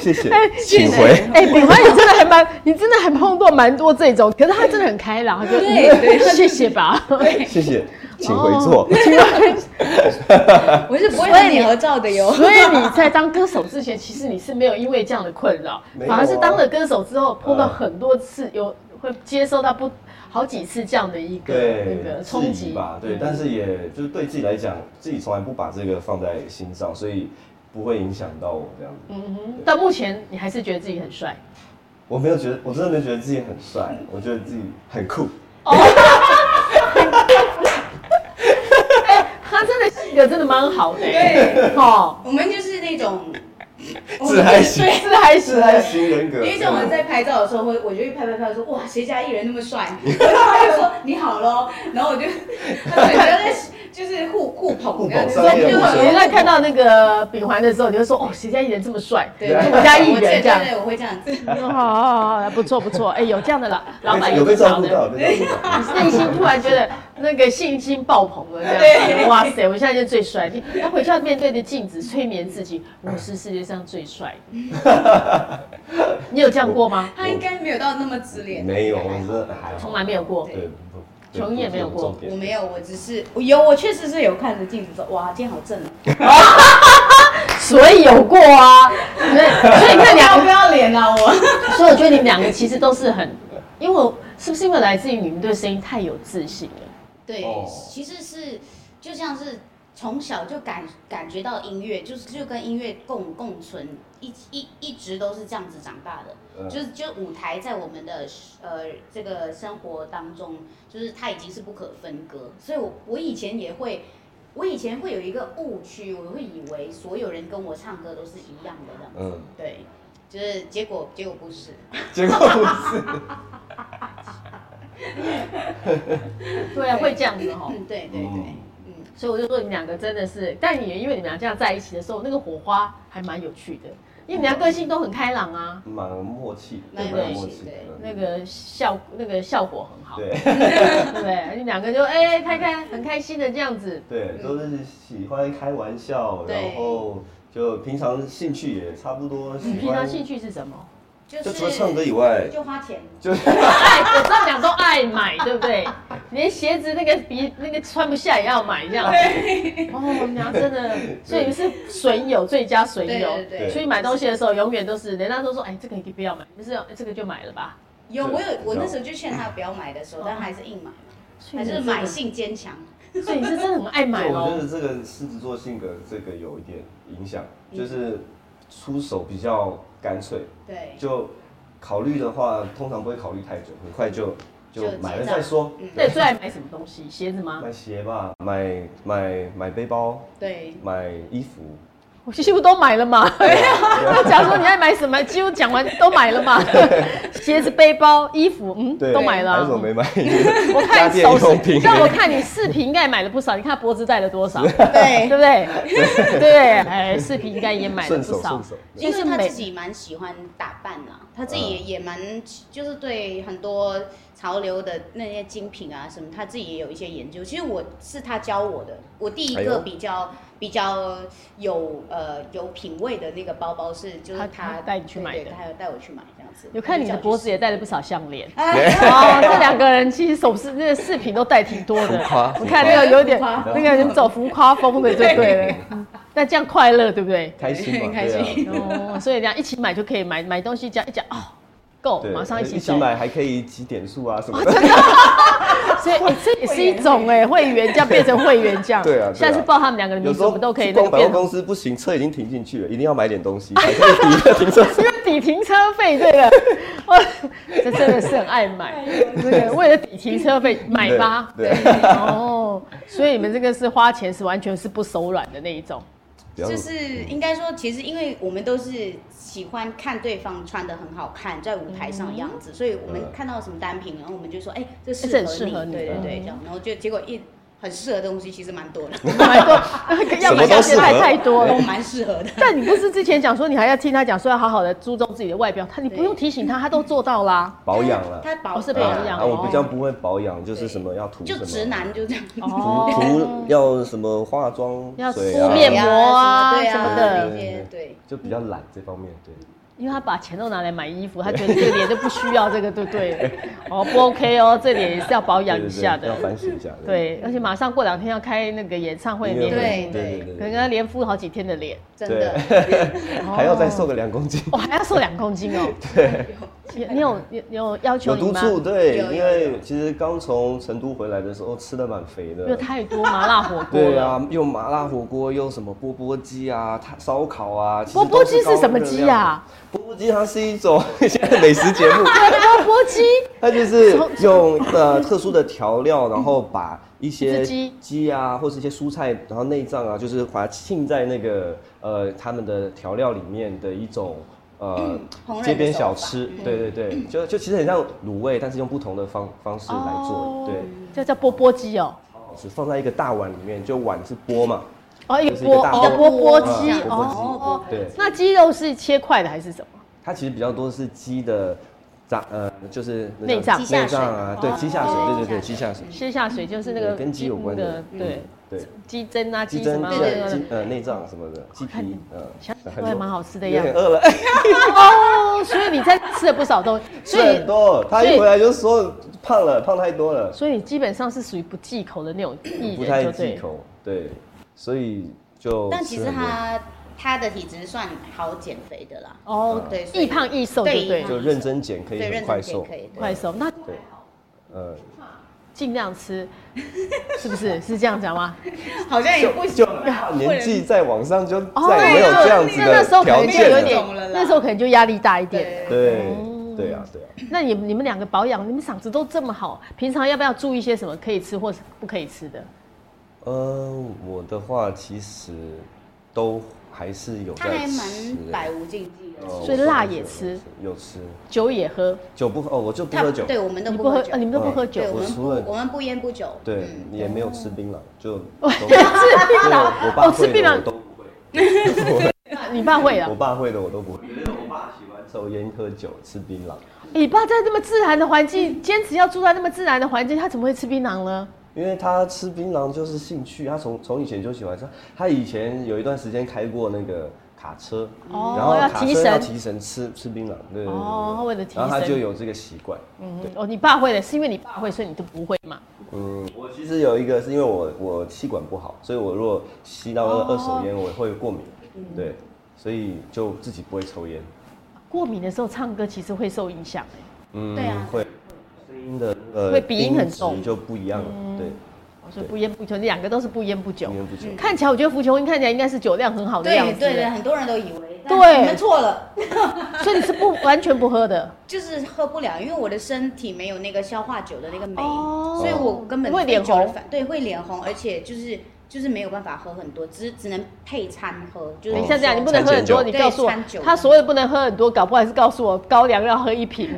[SPEAKER 1] 谢谢 谢，请回。
[SPEAKER 2] 哎，炳华，你真的还蛮，你真的还碰到蛮多这种，可是他真的很开朗，他就嗯
[SPEAKER 3] 对对
[SPEAKER 2] 谢谢吧。
[SPEAKER 1] 谢谢，请回座。
[SPEAKER 3] 我是不会和你合照的哟。
[SPEAKER 2] 所以你在当歌手之前，其实你是没有因为这样的困扰，
[SPEAKER 1] 没有啊
[SPEAKER 2] 反
[SPEAKER 1] 嗯
[SPEAKER 2] 而是当了歌手之后，碰到很多次有会接受到不好几次这样的一个
[SPEAKER 1] 对
[SPEAKER 2] 那个，
[SPEAKER 1] 质
[SPEAKER 2] 冲
[SPEAKER 1] 疑
[SPEAKER 2] 击嗯
[SPEAKER 1] 吧，对，但是也就是对自己来讲，自己从来不把这个放在心上，所以不会影响到我这样子。
[SPEAKER 2] 嗯哼，到目前你还是觉得自己很帅。
[SPEAKER 1] 我没有觉得，我真的没有觉得自己很帅，我觉得自己很酷。
[SPEAKER 2] 哎他真的性格真的蛮好的、对，哦，
[SPEAKER 3] 我们就是那 种
[SPEAKER 1] 自嗨型，
[SPEAKER 2] 是还行
[SPEAKER 1] 自嗨型人格。
[SPEAKER 3] 有一种我在拍照的时候，会我就会拍拍拍说哇，谁家艺人那么帅？ 然后他就说你好喽，然后我就他说你不要再就是互互
[SPEAKER 1] 互
[SPEAKER 3] 捧
[SPEAKER 1] 捧
[SPEAKER 3] 这 样子，
[SPEAKER 1] 商业
[SPEAKER 3] 就
[SPEAKER 1] 互捧
[SPEAKER 2] 你在看到那个丙环的时候，你就说哦，谁家艺人这么帅？
[SPEAKER 3] 对，
[SPEAKER 1] 对
[SPEAKER 3] 我
[SPEAKER 2] 家艺
[SPEAKER 3] 我对
[SPEAKER 2] 人这样
[SPEAKER 3] 对对，我会这样子。
[SPEAKER 2] 哦， 好好不错不错，哎、有这样的老 老板
[SPEAKER 1] 有被
[SPEAKER 2] 不少
[SPEAKER 1] 照
[SPEAKER 2] 的
[SPEAKER 1] 顾到，有被照顾到。
[SPEAKER 2] 内心突然觉得那个信心爆棚了， 这样子，哇塞，我现在就最帅。你要回家面对着镜子催眠自己，我是世界上最帅的。你有这样过吗？
[SPEAKER 3] 他应该没有到那么自 恋，
[SPEAKER 1] 没有，我真的还好
[SPEAKER 2] 从来没有过。
[SPEAKER 1] 对，不
[SPEAKER 2] 琼也没有过
[SPEAKER 1] 重点
[SPEAKER 3] 我没有，我只是我有，我确实是有看着镜子说哇，今天好正啊，
[SPEAKER 2] 所以有过 啊。对，所以你看两
[SPEAKER 3] 要
[SPEAKER 2] 个
[SPEAKER 3] 不，要脸啊我？
[SPEAKER 2] 所以我觉得你们两个其实都是很，因为我是不是因为来自于你们对声音太有自信了？
[SPEAKER 3] 对
[SPEAKER 1] 哦，
[SPEAKER 3] 其实是就像是从小就感感觉到音乐，就是就跟音乐共共存，一一一直都是这样子长大的。
[SPEAKER 1] 嗯
[SPEAKER 3] 就是就舞台在我们的呃这个生活当中，就是它已经是不可分割。所以我我以前也会，我以前会有一个误区，我会以为所有人跟我唱歌都是一样的这样。
[SPEAKER 1] 嗯，
[SPEAKER 3] 对，就是结果结果不是。
[SPEAKER 1] 结果不是。
[SPEAKER 2] 对啊，会这样子哦。
[SPEAKER 3] 嗯，对对对
[SPEAKER 1] 嗯，
[SPEAKER 3] 嗯，
[SPEAKER 2] 所以我就说你们两个真的是，但你因为你们俩这样在一起的时候，那个火花还蛮有趣的，因为你们俩个性都很开朗啊，
[SPEAKER 1] 蛮默契，
[SPEAKER 3] 蛮
[SPEAKER 1] 对
[SPEAKER 3] 有
[SPEAKER 1] 蛮
[SPEAKER 3] 默
[SPEAKER 1] 默
[SPEAKER 3] 契
[SPEAKER 1] 契
[SPEAKER 3] 对
[SPEAKER 1] 的。嗯
[SPEAKER 2] 那个效那个效果很好，对
[SPEAKER 1] 对。
[SPEAKER 2] 不对？你们两个就哎、开开很开心的这样子，
[SPEAKER 1] 对，都是喜欢开玩笑，
[SPEAKER 3] 对
[SPEAKER 1] 然后就平常兴趣也差不多，喜欢
[SPEAKER 2] 嗯你平常兴趣是什么？
[SPEAKER 3] 就
[SPEAKER 1] 就是除了唱歌以外，
[SPEAKER 3] 就花钱。
[SPEAKER 1] 就是
[SPEAKER 2] 爱，我知道你们俩都爱买，对不对？连鞋子那个鼻那个穿不下也要买这样子。哦，你们俩真的，所以你们是损友最佳损
[SPEAKER 3] 对
[SPEAKER 2] 友
[SPEAKER 3] 对。对对，
[SPEAKER 2] 出去买东西的时候，永远都是人家都说，哎，这个你不要买，不是这个就买了吧。
[SPEAKER 3] 有
[SPEAKER 1] 对
[SPEAKER 3] 我有我
[SPEAKER 1] 知道
[SPEAKER 3] 那时候就劝他不要买的时候，但他还是硬买，
[SPEAKER 2] 所以
[SPEAKER 3] 还
[SPEAKER 2] 你
[SPEAKER 3] 是
[SPEAKER 2] 真的
[SPEAKER 3] 买性坚强，
[SPEAKER 2] 所以你是真的很爱 买
[SPEAKER 1] 对我觉
[SPEAKER 2] 哦。
[SPEAKER 1] 得这个狮子座性格这个有一点影响，
[SPEAKER 2] 嗯
[SPEAKER 1] 就是出手比较干脆，
[SPEAKER 3] 对，
[SPEAKER 1] 就考虑的话，通常不会考虑太久，很快就
[SPEAKER 3] 就
[SPEAKER 1] 就
[SPEAKER 3] 结
[SPEAKER 1] 买了
[SPEAKER 3] 账
[SPEAKER 1] 再说。
[SPEAKER 3] 嗯
[SPEAKER 2] 那你最爱买什么东西？鞋子吗？
[SPEAKER 1] 买鞋吧，买买买背包，
[SPEAKER 3] 对，
[SPEAKER 1] 买衣服。
[SPEAKER 2] 我几乎都买了嘛。 那假如说你爱买什么，几乎讲完都买了嘛。鞋子、背包、衣服，嗯，
[SPEAKER 1] 对，
[SPEAKER 2] 都买了
[SPEAKER 1] 还有
[SPEAKER 2] 啊
[SPEAKER 1] 什。么没买？
[SPEAKER 2] 我
[SPEAKER 1] 家
[SPEAKER 2] 看
[SPEAKER 1] 电
[SPEAKER 2] 首
[SPEAKER 1] 用品
[SPEAKER 2] 饰，让我看你饰品应该也买了不少。你看脖子戴了多少，
[SPEAKER 9] 对
[SPEAKER 2] 对不 对？对，哎，饰品应该也买了
[SPEAKER 1] 顺
[SPEAKER 2] 不
[SPEAKER 1] 手
[SPEAKER 2] 少
[SPEAKER 1] 顺。手。
[SPEAKER 3] 因
[SPEAKER 2] 就是
[SPEAKER 3] 为他
[SPEAKER 2] 每
[SPEAKER 3] 自己蛮喜欢打扮啦，他自己
[SPEAKER 1] 嗯
[SPEAKER 3] 也也蛮就是对很多潮流的那些精品啊什么，他自己也有一些研究。其实我是他教我的，我第一
[SPEAKER 1] 哎呦
[SPEAKER 3] 个比较、比较有呃有品味的那个包包是就是
[SPEAKER 2] 他
[SPEAKER 3] 他
[SPEAKER 2] 他带你去买的
[SPEAKER 3] 对对他有带我去买这样子。
[SPEAKER 2] 有看你的脖子也
[SPEAKER 3] 戴，
[SPEAKER 2] 戴 了不少项链。
[SPEAKER 3] 哎
[SPEAKER 2] 哦，这两个人其实首饰那个饰品都戴挺多
[SPEAKER 1] 浮
[SPEAKER 2] 的
[SPEAKER 1] 夸，
[SPEAKER 2] 我看那个有点
[SPEAKER 3] 浮夸
[SPEAKER 2] 那个人走浮夸风的就对了。嗯但这样快乐对不对？
[SPEAKER 1] 开心嘛，
[SPEAKER 3] 开
[SPEAKER 1] 对啊
[SPEAKER 3] 心
[SPEAKER 2] 哦，所以这样一起买就可以买买东西，这样一讲哦，够，
[SPEAKER 1] 对，
[SPEAKER 2] 马上一起
[SPEAKER 1] 一起
[SPEAKER 2] 走。
[SPEAKER 1] 买还可以积点数啊什么
[SPEAKER 2] 哦
[SPEAKER 1] 的。
[SPEAKER 2] 所以、哎这也是一种哎、会员价变成会员价。
[SPEAKER 1] 对啊对啊
[SPEAKER 2] 下次报他们两个的名
[SPEAKER 1] 有
[SPEAKER 2] 字，
[SPEAKER 1] 时
[SPEAKER 2] 我
[SPEAKER 1] 候
[SPEAKER 2] 们都可以
[SPEAKER 1] 去
[SPEAKER 2] 那
[SPEAKER 1] 逛
[SPEAKER 2] 个
[SPEAKER 1] 百货
[SPEAKER 2] 变。
[SPEAKER 1] 公司不行，车已经停进去了，一定要买点东西才可以抵一个停车费。
[SPEAKER 2] 因为抵停车费，对 了，我这真的是很爱买，这个为了抵停车费 买吧，
[SPEAKER 1] 对啊
[SPEAKER 2] 哦，所以你们这个是花钱是完全是不手软的那一种，
[SPEAKER 1] 不要
[SPEAKER 3] 就是应该说，其实因为我们都是喜欢看对方穿的很好看，在舞台上的样子，所以我们
[SPEAKER 1] 嗯
[SPEAKER 3] 看到什么单品，然后我们就说，哎、这适
[SPEAKER 2] 这
[SPEAKER 3] 合
[SPEAKER 2] 很适合你
[SPEAKER 3] 对对对，
[SPEAKER 2] 嗯
[SPEAKER 3] 这样，然后就结果一很适合的东西其实蛮多的，
[SPEAKER 2] 买 多要买要现在太多了
[SPEAKER 3] 都。蛮适合的。
[SPEAKER 2] 但你不是之前讲说你还要听他讲说要好好的注重自己的外表，他你不用提醒他，他都做到啦。
[SPEAKER 1] 保养了。
[SPEAKER 3] 它保
[SPEAKER 2] 哦是
[SPEAKER 1] 对
[SPEAKER 2] 保
[SPEAKER 1] 啊
[SPEAKER 2] 养
[SPEAKER 1] 啊，我比较
[SPEAKER 2] 哦
[SPEAKER 1] 不会保养，就是什么要涂什
[SPEAKER 3] 就
[SPEAKER 1] 么，
[SPEAKER 3] 直男就这样，
[SPEAKER 1] 涂涂要什么化妆
[SPEAKER 2] 要哦敷
[SPEAKER 1] 水啊，
[SPEAKER 2] 面膜啊
[SPEAKER 3] 对啊
[SPEAKER 2] 什么的
[SPEAKER 3] 那，些对。
[SPEAKER 1] 就比较懒这方面，对。
[SPEAKER 2] 因为他把钱都拿来买衣服，他觉得这个脸就不需要这个，对不 对？哦，不 OK 哦，这脸也是要保养一
[SPEAKER 1] 对对对
[SPEAKER 2] 下的
[SPEAKER 1] 要。反省一下。
[SPEAKER 2] 对，而且马上过两天要开那个演唱会
[SPEAKER 1] 音乐
[SPEAKER 2] 年
[SPEAKER 1] 会
[SPEAKER 2] 底，
[SPEAKER 3] 对
[SPEAKER 1] 对
[SPEAKER 2] 可能跟他连敷好几天的脸，
[SPEAKER 3] 真
[SPEAKER 1] 对
[SPEAKER 3] 的，
[SPEAKER 1] 还要再瘦个两公斤。
[SPEAKER 2] 我、哦、还要瘦两公斤 哦。对，你有你你有要求
[SPEAKER 1] 有
[SPEAKER 2] 你
[SPEAKER 1] 督
[SPEAKER 2] 吗？
[SPEAKER 1] 促，对
[SPEAKER 3] 有，有
[SPEAKER 1] 因为其实刚从成都回来的时候吃的蛮肥
[SPEAKER 2] 因为
[SPEAKER 1] 的。
[SPEAKER 2] 太多麻辣火锅
[SPEAKER 1] 对
[SPEAKER 2] 了。
[SPEAKER 1] 啊，又麻辣火锅，又什么钵钵鸡啊，它烧烤啊。其实
[SPEAKER 2] 钵钵鸡
[SPEAKER 1] 都
[SPEAKER 2] 是
[SPEAKER 1] 高
[SPEAKER 2] 什么
[SPEAKER 1] 热
[SPEAKER 2] 鸡
[SPEAKER 1] 量的
[SPEAKER 2] 啊？
[SPEAKER 1] 钵钵鸡它是一种 现在的美食节目，
[SPEAKER 2] 钵钵啊鸡，
[SPEAKER 1] 它就是用呃特殊的调料，然后把一些
[SPEAKER 2] 一只鸡
[SPEAKER 1] 鸡啊，或是一些蔬菜，然后内脏啊，就是把它浸在那个呃他们的调料里面的一种呃、
[SPEAKER 3] 烹饪的
[SPEAKER 1] 街边小
[SPEAKER 3] 手法
[SPEAKER 1] 吃，对对对，就就其实很像卤味，但是用不同的方方式来做，对，
[SPEAKER 2] 哦这叫钵钵鸡哦。
[SPEAKER 1] 是放在一个大碗里面，就碗是钵嘛，
[SPEAKER 2] 哦，一个
[SPEAKER 1] 就是一
[SPEAKER 2] 钵
[SPEAKER 1] 个大
[SPEAKER 2] 一个
[SPEAKER 1] 锅
[SPEAKER 2] 钵钵鸡
[SPEAKER 1] 啊钵钵鸡
[SPEAKER 2] 哦。
[SPEAKER 1] 对，
[SPEAKER 2] 那鸡肉是切块的还是什么？
[SPEAKER 1] 它其实比较多是鸡的杂呃就是那叫
[SPEAKER 2] 内脏
[SPEAKER 1] 鸡内脏啊，对，鸡下水，对对对，鸡下水，
[SPEAKER 2] 吃下水就是那个
[SPEAKER 1] 跟鸡有关的，嗯
[SPEAKER 2] 那个对，
[SPEAKER 1] 对。
[SPEAKER 2] 鸡胗啊，鸡
[SPEAKER 1] 鸡
[SPEAKER 2] 什
[SPEAKER 1] 胗
[SPEAKER 2] 么啊
[SPEAKER 1] 鸡
[SPEAKER 2] 那个
[SPEAKER 1] 鸡呃内脏什么的，鸡皮呃，
[SPEAKER 2] 想起来
[SPEAKER 1] 很
[SPEAKER 2] 都还
[SPEAKER 1] 多
[SPEAKER 2] 蛮好吃的
[SPEAKER 1] 有
[SPEAKER 2] 样
[SPEAKER 1] 点
[SPEAKER 2] 子
[SPEAKER 1] 饿了，
[SPEAKER 2] 哦。所以你在吃了不少东西，
[SPEAKER 1] 吃
[SPEAKER 2] 所以
[SPEAKER 1] 很多。他
[SPEAKER 2] 所以
[SPEAKER 1] 一回来就说胖了，胖太多了，
[SPEAKER 2] 所以基本上是属于不忌口的那种艺
[SPEAKER 1] 不
[SPEAKER 2] 人，
[SPEAKER 1] 太
[SPEAKER 2] 就对
[SPEAKER 1] 忌
[SPEAKER 2] 了。
[SPEAKER 1] 口，对，所以就
[SPEAKER 3] 但其
[SPEAKER 1] 吃
[SPEAKER 3] 实
[SPEAKER 1] 很多
[SPEAKER 3] 他他的体质算好减肥的啦，
[SPEAKER 2] 哦，
[SPEAKER 3] 对所以
[SPEAKER 2] 易胖易瘦，对不对
[SPEAKER 3] 对易？胖
[SPEAKER 1] 就认真减可以
[SPEAKER 3] 对，认
[SPEAKER 1] 很
[SPEAKER 3] 真
[SPEAKER 1] 快
[SPEAKER 3] 减
[SPEAKER 1] 瘦，
[SPEAKER 3] 可以的。
[SPEAKER 2] 快手，那
[SPEAKER 1] 对， 呃，
[SPEAKER 2] 尽量吃，是不是？是这样讲 吗？
[SPEAKER 3] 好像也不
[SPEAKER 1] 就年纪再往上就再也没有
[SPEAKER 2] 那
[SPEAKER 1] 这样子
[SPEAKER 2] 哦啊那那时候
[SPEAKER 1] 的
[SPEAKER 2] 可能就
[SPEAKER 1] 条件
[SPEAKER 2] 有
[SPEAKER 1] 了，
[SPEAKER 2] 点哦
[SPEAKER 3] 懂了，啦
[SPEAKER 2] 那时候可能就压力大一点。
[SPEAKER 1] 对对啊对啊。
[SPEAKER 2] 那你们你们两个保养，你们嗓子都这么好，平常要不要注意些什么可以吃或是不可以吃的？
[SPEAKER 1] 呃，我的话其实都还是有
[SPEAKER 3] 他
[SPEAKER 1] 在
[SPEAKER 3] 还
[SPEAKER 1] 吃
[SPEAKER 3] 蛮，百无禁忌的。
[SPEAKER 1] 呃
[SPEAKER 2] 所以
[SPEAKER 1] 我
[SPEAKER 2] 辣
[SPEAKER 1] 是
[SPEAKER 2] 也
[SPEAKER 1] 有
[SPEAKER 2] 吃
[SPEAKER 1] 吃，有吃。
[SPEAKER 2] 酒也喝，
[SPEAKER 1] 酒不喝哦，我就不喝酒。
[SPEAKER 3] 对我们都
[SPEAKER 2] 你
[SPEAKER 3] 不
[SPEAKER 2] 不
[SPEAKER 3] 喝
[SPEAKER 2] 喝，
[SPEAKER 3] 酒
[SPEAKER 2] 呃，你们都不喝酒
[SPEAKER 3] 对，我
[SPEAKER 1] 我
[SPEAKER 3] 们不
[SPEAKER 1] 除了
[SPEAKER 3] 我们不烟不酒。
[SPEAKER 1] 对，
[SPEAKER 2] 嗯
[SPEAKER 1] 也没有吃槟榔， 就都吃
[SPEAKER 2] 槟榔
[SPEAKER 1] 我爸
[SPEAKER 2] 哦吃
[SPEAKER 1] 会
[SPEAKER 2] 槟
[SPEAKER 1] 的我
[SPEAKER 2] 榔
[SPEAKER 1] 都不会，
[SPEAKER 2] 你爸会啊
[SPEAKER 1] 我？爸会的我都不会。我爸喜欢抽烟、喝酒、吃槟榔，
[SPEAKER 2] 你爸在那么自然的环境，坚持要住在那么自然的环境，他怎么会吃槟榔呢？
[SPEAKER 1] 因为他吃槟榔就是兴趣，他从从以前就喜欢吃。他以前有一段时间开过那个卡车，
[SPEAKER 2] 哦
[SPEAKER 1] 然后
[SPEAKER 2] 要
[SPEAKER 1] 卡
[SPEAKER 2] 提
[SPEAKER 1] 车要
[SPEAKER 2] 神
[SPEAKER 1] 提神吃吃槟榔，对对对对
[SPEAKER 2] 哦他为了提
[SPEAKER 1] 然后他
[SPEAKER 2] 神
[SPEAKER 1] 就有这个习惯。
[SPEAKER 2] 嗯哦，你爸会的，是因为你爸会，所以你就不会嘛。
[SPEAKER 1] 嗯，我其实有一个是因为我我气管不好，所以我如果吸到二二
[SPEAKER 3] 哦
[SPEAKER 1] 手烟，我会过敏，
[SPEAKER 3] 嗯
[SPEAKER 1] 对，所以就自己不会抽烟。
[SPEAKER 2] 过敏的时候唱歌其实会受影响，哎
[SPEAKER 1] 嗯，
[SPEAKER 3] 对啊
[SPEAKER 1] 会声音的呃
[SPEAKER 2] 会鼻音很重
[SPEAKER 1] 音质就不一样了，
[SPEAKER 3] 嗯
[SPEAKER 1] 对，
[SPEAKER 2] 我说不烟不酒，你两个都是不烟不酒
[SPEAKER 1] 鼻。音不久。
[SPEAKER 2] 看起来，我觉得福琼英看起来应该是酒量很好的样
[SPEAKER 3] 对
[SPEAKER 2] 子，
[SPEAKER 3] 对对，很多人都以为，但
[SPEAKER 2] 对
[SPEAKER 3] 你们错了，
[SPEAKER 2] 所以你是不完全不喝
[SPEAKER 1] 哦
[SPEAKER 2] 的，
[SPEAKER 3] 就是喝不了，因为我的身体没有那个消化酒的那个酶，
[SPEAKER 2] 哦
[SPEAKER 3] 所以我根本
[SPEAKER 2] 会
[SPEAKER 3] 对
[SPEAKER 2] 脸
[SPEAKER 3] 酒的
[SPEAKER 2] 红
[SPEAKER 3] 反，对，会脸红，而且就是就是没有办法喝很多，只只能配餐喝，就是
[SPEAKER 2] 像这样，你不能
[SPEAKER 1] 哦餐
[SPEAKER 2] 喝
[SPEAKER 1] 前
[SPEAKER 2] 很多，
[SPEAKER 1] 酒
[SPEAKER 2] 你告诉我
[SPEAKER 3] 对餐酒，
[SPEAKER 2] 他所有不能喝很多，搞不好还是告诉我高粱要喝一瓶，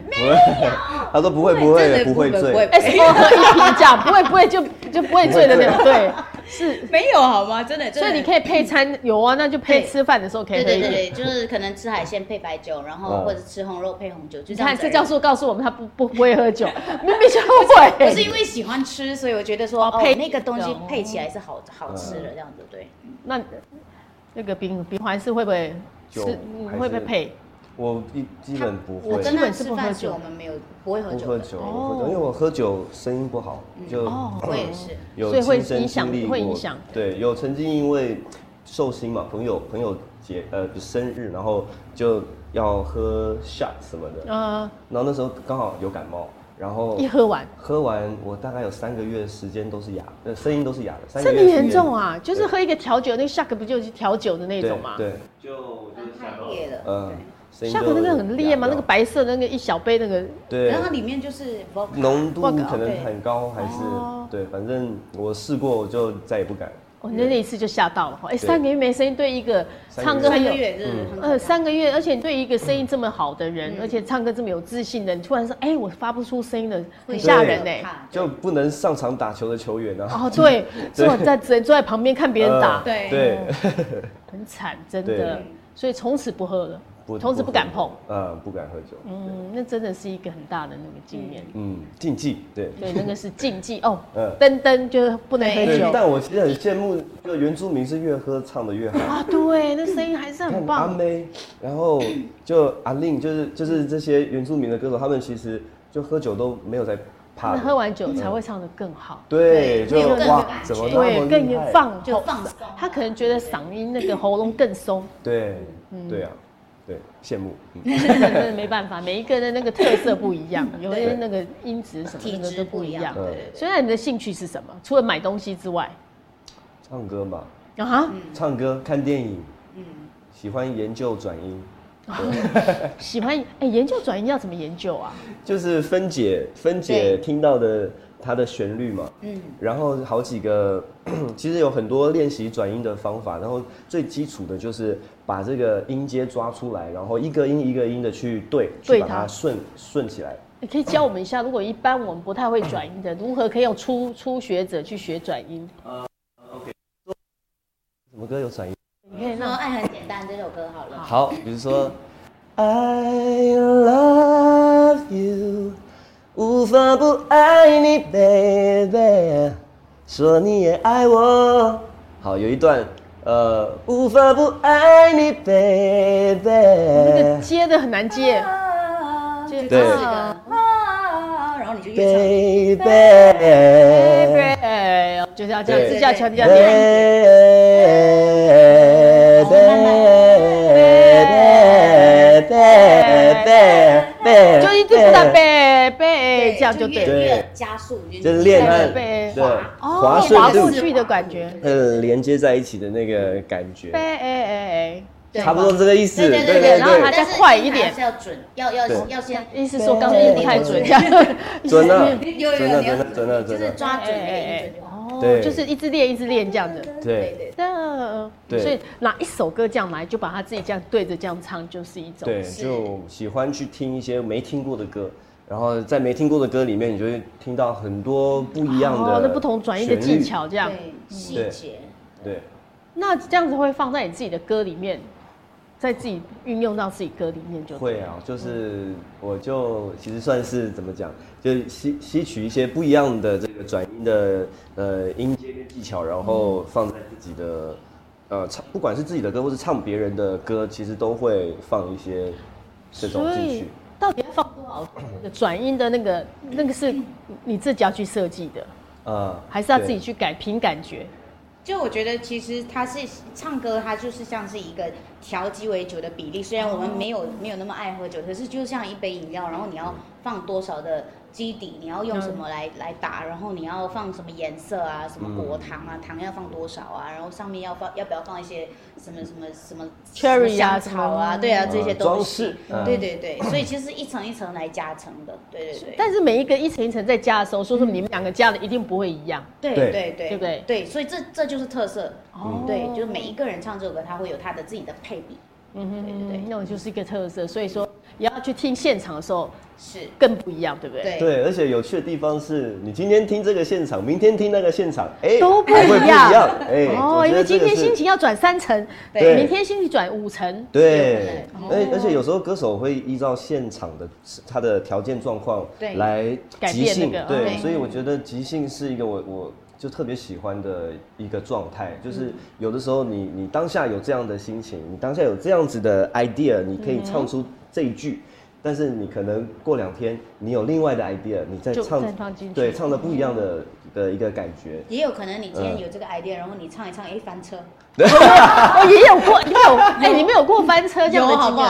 [SPEAKER 1] 他说不会不
[SPEAKER 3] 真
[SPEAKER 1] 会
[SPEAKER 3] 的
[SPEAKER 1] 不会
[SPEAKER 3] 不会
[SPEAKER 1] 醉，
[SPEAKER 2] 哎，什么喝一瓶这样，不会不会就就不会醉的那种，对，是，
[SPEAKER 3] 没有好吗？真的，真
[SPEAKER 2] 所
[SPEAKER 3] 的
[SPEAKER 2] 以你可以配餐，有啊，那就配
[SPEAKER 3] 对
[SPEAKER 2] 吃饭的时候可以
[SPEAKER 3] 对
[SPEAKER 2] 喝一
[SPEAKER 3] 对
[SPEAKER 2] 瓶。
[SPEAKER 3] 对对，就是可能吃海鲜配白酒，然后
[SPEAKER 1] 嗯
[SPEAKER 3] 或者吃红肉配红酒，就
[SPEAKER 2] 你
[SPEAKER 3] 这样
[SPEAKER 2] 看，
[SPEAKER 3] 子而
[SPEAKER 2] 这
[SPEAKER 3] 已。
[SPEAKER 2] 教授告诉我们他不不不会 喝酒，明明就会。
[SPEAKER 3] 我是因为喜欢吃，所以我觉得说
[SPEAKER 2] 哦
[SPEAKER 3] 哦
[SPEAKER 2] 配
[SPEAKER 3] 那个东西
[SPEAKER 2] 哦
[SPEAKER 3] 配起来是好好吃的
[SPEAKER 1] 嗯
[SPEAKER 3] 这样子，对。
[SPEAKER 2] 那那个丙丙环是会不会
[SPEAKER 1] 酒
[SPEAKER 2] 是
[SPEAKER 1] 还
[SPEAKER 2] 会不会
[SPEAKER 1] 是
[SPEAKER 2] 配？
[SPEAKER 1] 我一嗯基本不会，
[SPEAKER 3] 我跟
[SPEAKER 2] 基
[SPEAKER 3] 他
[SPEAKER 2] 本是
[SPEAKER 3] 吃
[SPEAKER 2] 不喝
[SPEAKER 3] 饭是
[SPEAKER 2] 酒
[SPEAKER 3] 我们没有不会喝
[SPEAKER 1] 不
[SPEAKER 3] 酒
[SPEAKER 1] 喝
[SPEAKER 3] 的，
[SPEAKER 1] 酒，
[SPEAKER 2] 哦
[SPEAKER 1] 不喝酒因为我喝酒声音不好，就
[SPEAKER 2] 哦
[SPEAKER 3] 我也是。
[SPEAKER 1] 有
[SPEAKER 2] 所以会
[SPEAKER 1] 亲身
[SPEAKER 2] 影响
[SPEAKER 1] 经历
[SPEAKER 2] 会影
[SPEAKER 1] 过
[SPEAKER 2] 响
[SPEAKER 1] 对，有曾经因为寿星嘛，朋友朋友节呃不是生日，然后就要喝 shot 什么的，
[SPEAKER 2] 呃，
[SPEAKER 1] 然后那时候刚好有感冒，然后
[SPEAKER 2] 一喝完，
[SPEAKER 1] 喝完我大概有三个月的时间都是哑，呃，声音都是哑的，三
[SPEAKER 2] 这
[SPEAKER 1] 个
[SPEAKER 2] 么
[SPEAKER 1] 月
[SPEAKER 2] 严重啊？就
[SPEAKER 1] 对
[SPEAKER 2] 是喝一个调酒，那个 shark 不就是调酒的那
[SPEAKER 1] 对
[SPEAKER 2] 种吗？
[SPEAKER 1] 对，
[SPEAKER 10] 就我就是
[SPEAKER 7] 太
[SPEAKER 10] 想到
[SPEAKER 7] 烈了，
[SPEAKER 1] 呃，声音
[SPEAKER 2] shark
[SPEAKER 1] 就
[SPEAKER 2] 那个很烈吗？那
[SPEAKER 1] 哑掉
[SPEAKER 2] 个白色的那个一小杯那个，
[SPEAKER 1] 对
[SPEAKER 7] 然后它里面就是
[SPEAKER 1] 浓度
[SPEAKER 2] 哇搞
[SPEAKER 1] 可能
[SPEAKER 7] 对
[SPEAKER 1] 很高，还是
[SPEAKER 2] 哦
[SPEAKER 1] 对，反正我试过，我就再也不敢。
[SPEAKER 2] 我哦那那一次就吓到了哈。哎，
[SPEAKER 1] 对
[SPEAKER 2] 三个月没声音，对一个
[SPEAKER 1] 三个
[SPEAKER 2] 唱歌很
[SPEAKER 1] 月
[SPEAKER 7] 三个
[SPEAKER 2] 有
[SPEAKER 7] 月，就是
[SPEAKER 1] 嗯
[SPEAKER 7] 很可怕
[SPEAKER 2] 呃，三个月，而且对一个声音这么好的人，而且唱歌这么有自信的，你突然说，哎、我发不出声音了，很吓人呢、
[SPEAKER 3] 欸
[SPEAKER 7] 可怕
[SPEAKER 1] 就不能上场打球的球员啊。
[SPEAKER 2] 哦，对，所以我在只能坐在旁边看别人打，
[SPEAKER 1] 呃
[SPEAKER 7] 对
[SPEAKER 2] 哦
[SPEAKER 1] 对，
[SPEAKER 2] 很惨，真的
[SPEAKER 1] 对。
[SPEAKER 2] 所以从此不喝了，从此不敢碰。
[SPEAKER 1] 呃，不敢喝酒。嗯
[SPEAKER 2] 嗯，那真的是一个很大的那个经验。
[SPEAKER 1] 嗯，禁忌对。
[SPEAKER 2] 对，那个是禁忌哦
[SPEAKER 1] 嗯，
[SPEAKER 2] 噔噔就是不能喝
[SPEAKER 1] 对，
[SPEAKER 2] 酒
[SPEAKER 1] 但我其实很羡慕，就原住民是越喝唱的越好。
[SPEAKER 2] 啊。对，那声音还是很
[SPEAKER 1] 看阿
[SPEAKER 2] 棒。
[SPEAKER 1] 妹，然后就阿令，就是就是这些原住民的歌手，他们其实就喝酒都没有在怕
[SPEAKER 2] 那
[SPEAKER 1] 的。
[SPEAKER 2] 喝完酒才会唱得更好。
[SPEAKER 1] 对，就
[SPEAKER 7] 会有更有
[SPEAKER 1] 哇
[SPEAKER 7] 感，
[SPEAKER 1] 怎么那么
[SPEAKER 2] 对，更
[SPEAKER 1] 嗯厉害？
[SPEAKER 2] 放啊
[SPEAKER 7] 就
[SPEAKER 2] 后
[SPEAKER 7] 放松，
[SPEAKER 2] 他可能觉得嗓音那个喉咙更松，
[SPEAKER 1] 对，
[SPEAKER 2] 嗯
[SPEAKER 1] 对啊，对，羡慕。嗯
[SPEAKER 2] 真的没办法，每一个人的那个特色不一样，有些那个音质什么
[SPEAKER 7] 体
[SPEAKER 2] 那个
[SPEAKER 7] 质
[SPEAKER 2] 都不
[SPEAKER 7] 不
[SPEAKER 2] 一
[SPEAKER 7] 一
[SPEAKER 2] 样
[SPEAKER 7] 样。
[SPEAKER 1] 嗯，
[SPEAKER 2] 所以那你的兴趣是什么？除了买东西之外，
[SPEAKER 1] 唱歌嘛，
[SPEAKER 2] 啊，
[SPEAKER 1] 唱歌、看电影，喜欢研究转音，
[SPEAKER 2] 喜欢哎，研究转音要怎么研究啊？
[SPEAKER 1] 就是分解分解听到的它的旋律嘛。嗯，然后好几个， 其实有很多练习转音的方法，然后最基础的就是把这个音阶抓出来，然后一个音一个音的去对，
[SPEAKER 2] 对
[SPEAKER 1] 去把
[SPEAKER 2] 它
[SPEAKER 1] 它顺顺起来。
[SPEAKER 2] 你哎可以教我们一下，如果一般我们不太会转音的，如何可以用初初学者去学转音？
[SPEAKER 1] 什么歌有转音？
[SPEAKER 2] 你可以
[SPEAKER 7] 说
[SPEAKER 2] 让
[SPEAKER 7] 爱很简单这首歌好了，
[SPEAKER 1] 好，比如说 I love you，无法不爱你，baby，说你也爱我。好，有一段，呃，无法不爱你
[SPEAKER 2] 那个
[SPEAKER 1] ，baby，baby，
[SPEAKER 2] 接的很难接，接
[SPEAKER 1] 对
[SPEAKER 3] 啊
[SPEAKER 7] 然后你就越唱，
[SPEAKER 2] 哎，就是要这样，
[SPEAKER 1] 对
[SPEAKER 2] 这叫强调点。
[SPEAKER 1] baby，baby，baby，baby，
[SPEAKER 2] 就一直不断背背，这样就对
[SPEAKER 7] 越
[SPEAKER 2] 了，
[SPEAKER 7] 越加速，
[SPEAKER 1] 就是练它
[SPEAKER 2] 对对
[SPEAKER 1] 的对
[SPEAKER 2] 哦滑
[SPEAKER 1] 滑顺
[SPEAKER 2] 过
[SPEAKER 1] 度，
[SPEAKER 2] 去的感觉，
[SPEAKER 1] 呃，连接在一起的那个感觉
[SPEAKER 2] 背，哎哎哎，
[SPEAKER 1] 差不多是这个意思。
[SPEAKER 7] 对对对
[SPEAKER 2] 对然后还
[SPEAKER 7] 但
[SPEAKER 2] 再
[SPEAKER 7] 是
[SPEAKER 2] 快一
[SPEAKER 7] 还
[SPEAKER 2] 点
[SPEAKER 7] 是，要准，要要
[SPEAKER 1] 对
[SPEAKER 7] 要先
[SPEAKER 2] 意思说刚刚不太准，这样
[SPEAKER 1] 准啊了，
[SPEAKER 7] 有
[SPEAKER 1] 准了，准了，准了，
[SPEAKER 7] 就
[SPEAKER 1] 准
[SPEAKER 7] 是
[SPEAKER 1] 了。
[SPEAKER 7] 抓准
[SPEAKER 2] 哎哎
[SPEAKER 7] 点音
[SPEAKER 2] 哎
[SPEAKER 7] 准就好。
[SPEAKER 2] 哦，
[SPEAKER 1] 对
[SPEAKER 2] 就是一直练一直练这样子。
[SPEAKER 1] 对
[SPEAKER 2] 的，
[SPEAKER 1] 对
[SPEAKER 2] 所以哪一首歌这样来，就把他自己这样对着这样唱，就是一种
[SPEAKER 1] 对，就喜欢去听一些没听过的歌，然后在没听过的歌里面，你就会听到很多不一样
[SPEAKER 2] 哦
[SPEAKER 1] 的
[SPEAKER 2] 那不同转音的技
[SPEAKER 1] 旋律。
[SPEAKER 2] 巧这样。
[SPEAKER 7] 对细
[SPEAKER 1] 对
[SPEAKER 7] 节，
[SPEAKER 1] 对，
[SPEAKER 2] 那这样子会放在你自己的歌里面，在自己运用到自己歌里面就
[SPEAKER 1] 会啊，就是我就其实算是怎么讲，就是吸吸取一些不一样的这个转音的呃音阶跟技巧，然后放在自己的呃唱，不管是自己的歌或是唱别人的歌，其实都会放一些这种
[SPEAKER 2] 所
[SPEAKER 1] 进
[SPEAKER 2] 以
[SPEAKER 1] 去。
[SPEAKER 2] 到底要放多少那个转音的那个那个是你自己要去设计的，
[SPEAKER 1] 呃，
[SPEAKER 2] 还是要
[SPEAKER 1] 对
[SPEAKER 2] 自己去改凭感觉？
[SPEAKER 3] 就我觉得，其实它是唱歌，它就是像是一个调鸡尾酒的比例。虽然我们没有没有那么爱喝酒，可是就像一杯饮料，然后你要放多少的基底，你要用什么来来打，然后你要放什么颜色啊，什么果糖啊，糖要放多少啊，然后上面要放要不要放一些什么什么什么
[SPEAKER 2] Cherry 啊
[SPEAKER 3] 什么香草
[SPEAKER 2] 什么
[SPEAKER 3] 啊，对啊，
[SPEAKER 1] 嗯
[SPEAKER 3] 这些东西，
[SPEAKER 1] 装饰嗯
[SPEAKER 3] 对对对，所以其实是一层一层来加成的，对对对。
[SPEAKER 2] 但是每一个一层一层在加的时候，说说你们两个加的一定不会一样。
[SPEAKER 3] 对
[SPEAKER 1] 对
[SPEAKER 3] 对对
[SPEAKER 2] 对不对
[SPEAKER 3] 对，所以这这就是特色，
[SPEAKER 2] 哦
[SPEAKER 3] 对，就是每一个人唱这首歌，他会有他的自己的配比，
[SPEAKER 2] 嗯哼
[SPEAKER 3] 对对对
[SPEAKER 2] 那种就是一个特色，所以说也要去听现场的时候
[SPEAKER 3] 是
[SPEAKER 2] 更不一样，对不对？
[SPEAKER 3] 对
[SPEAKER 1] 对，而且有趣的地方是你今天听这个现场，明天听那个现场，哎、
[SPEAKER 2] 都不
[SPEAKER 1] 还会
[SPEAKER 2] 一
[SPEAKER 1] 不
[SPEAKER 2] 样
[SPEAKER 1] 一样，哎、我
[SPEAKER 2] 哦，
[SPEAKER 1] 觉
[SPEAKER 2] 因
[SPEAKER 1] 得
[SPEAKER 2] 为今
[SPEAKER 1] 这个
[SPEAKER 2] 天
[SPEAKER 1] 是
[SPEAKER 2] 心情要转三层，
[SPEAKER 1] 对
[SPEAKER 2] 明天心情转五层，
[SPEAKER 1] 对，而
[SPEAKER 2] 哦
[SPEAKER 1] 而且有时候歌手会依照现场的他的条件状况
[SPEAKER 3] 对
[SPEAKER 1] 来
[SPEAKER 2] 改
[SPEAKER 1] 即
[SPEAKER 2] 变
[SPEAKER 1] 兴，
[SPEAKER 2] 那个
[SPEAKER 1] 对，
[SPEAKER 2] 嗯
[SPEAKER 1] 所以我觉得即兴是一个我我就特别喜欢的一个状态，
[SPEAKER 2] 嗯
[SPEAKER 1] 就是有的时候你你当下有这样的心情，你当下有这样子的 idea，你可以唱出这一句。但是你可能过两天，你有另外的 idea，你再
[SPEAKER 2] 就
[SPEAKER 1] 唱
[SPEAKER 2] 再放进去
[SPEAKER 1] 对，唱的不一样的的一个感觉。
[SPEAKER 3] 也有可能你今
[SPEAKER 1] 嗯
[SPEAKER 3] 天有这个 idea，然后你唱一唱，哎，翻车，
[SPEAKER 2] 哦也有过，你有哎，你们有过翻车这样的
[SPEAKER 3] 好
[SPEAKER 2] 经
[SPEAKER 3] 不
[SPEAKER 2] 验？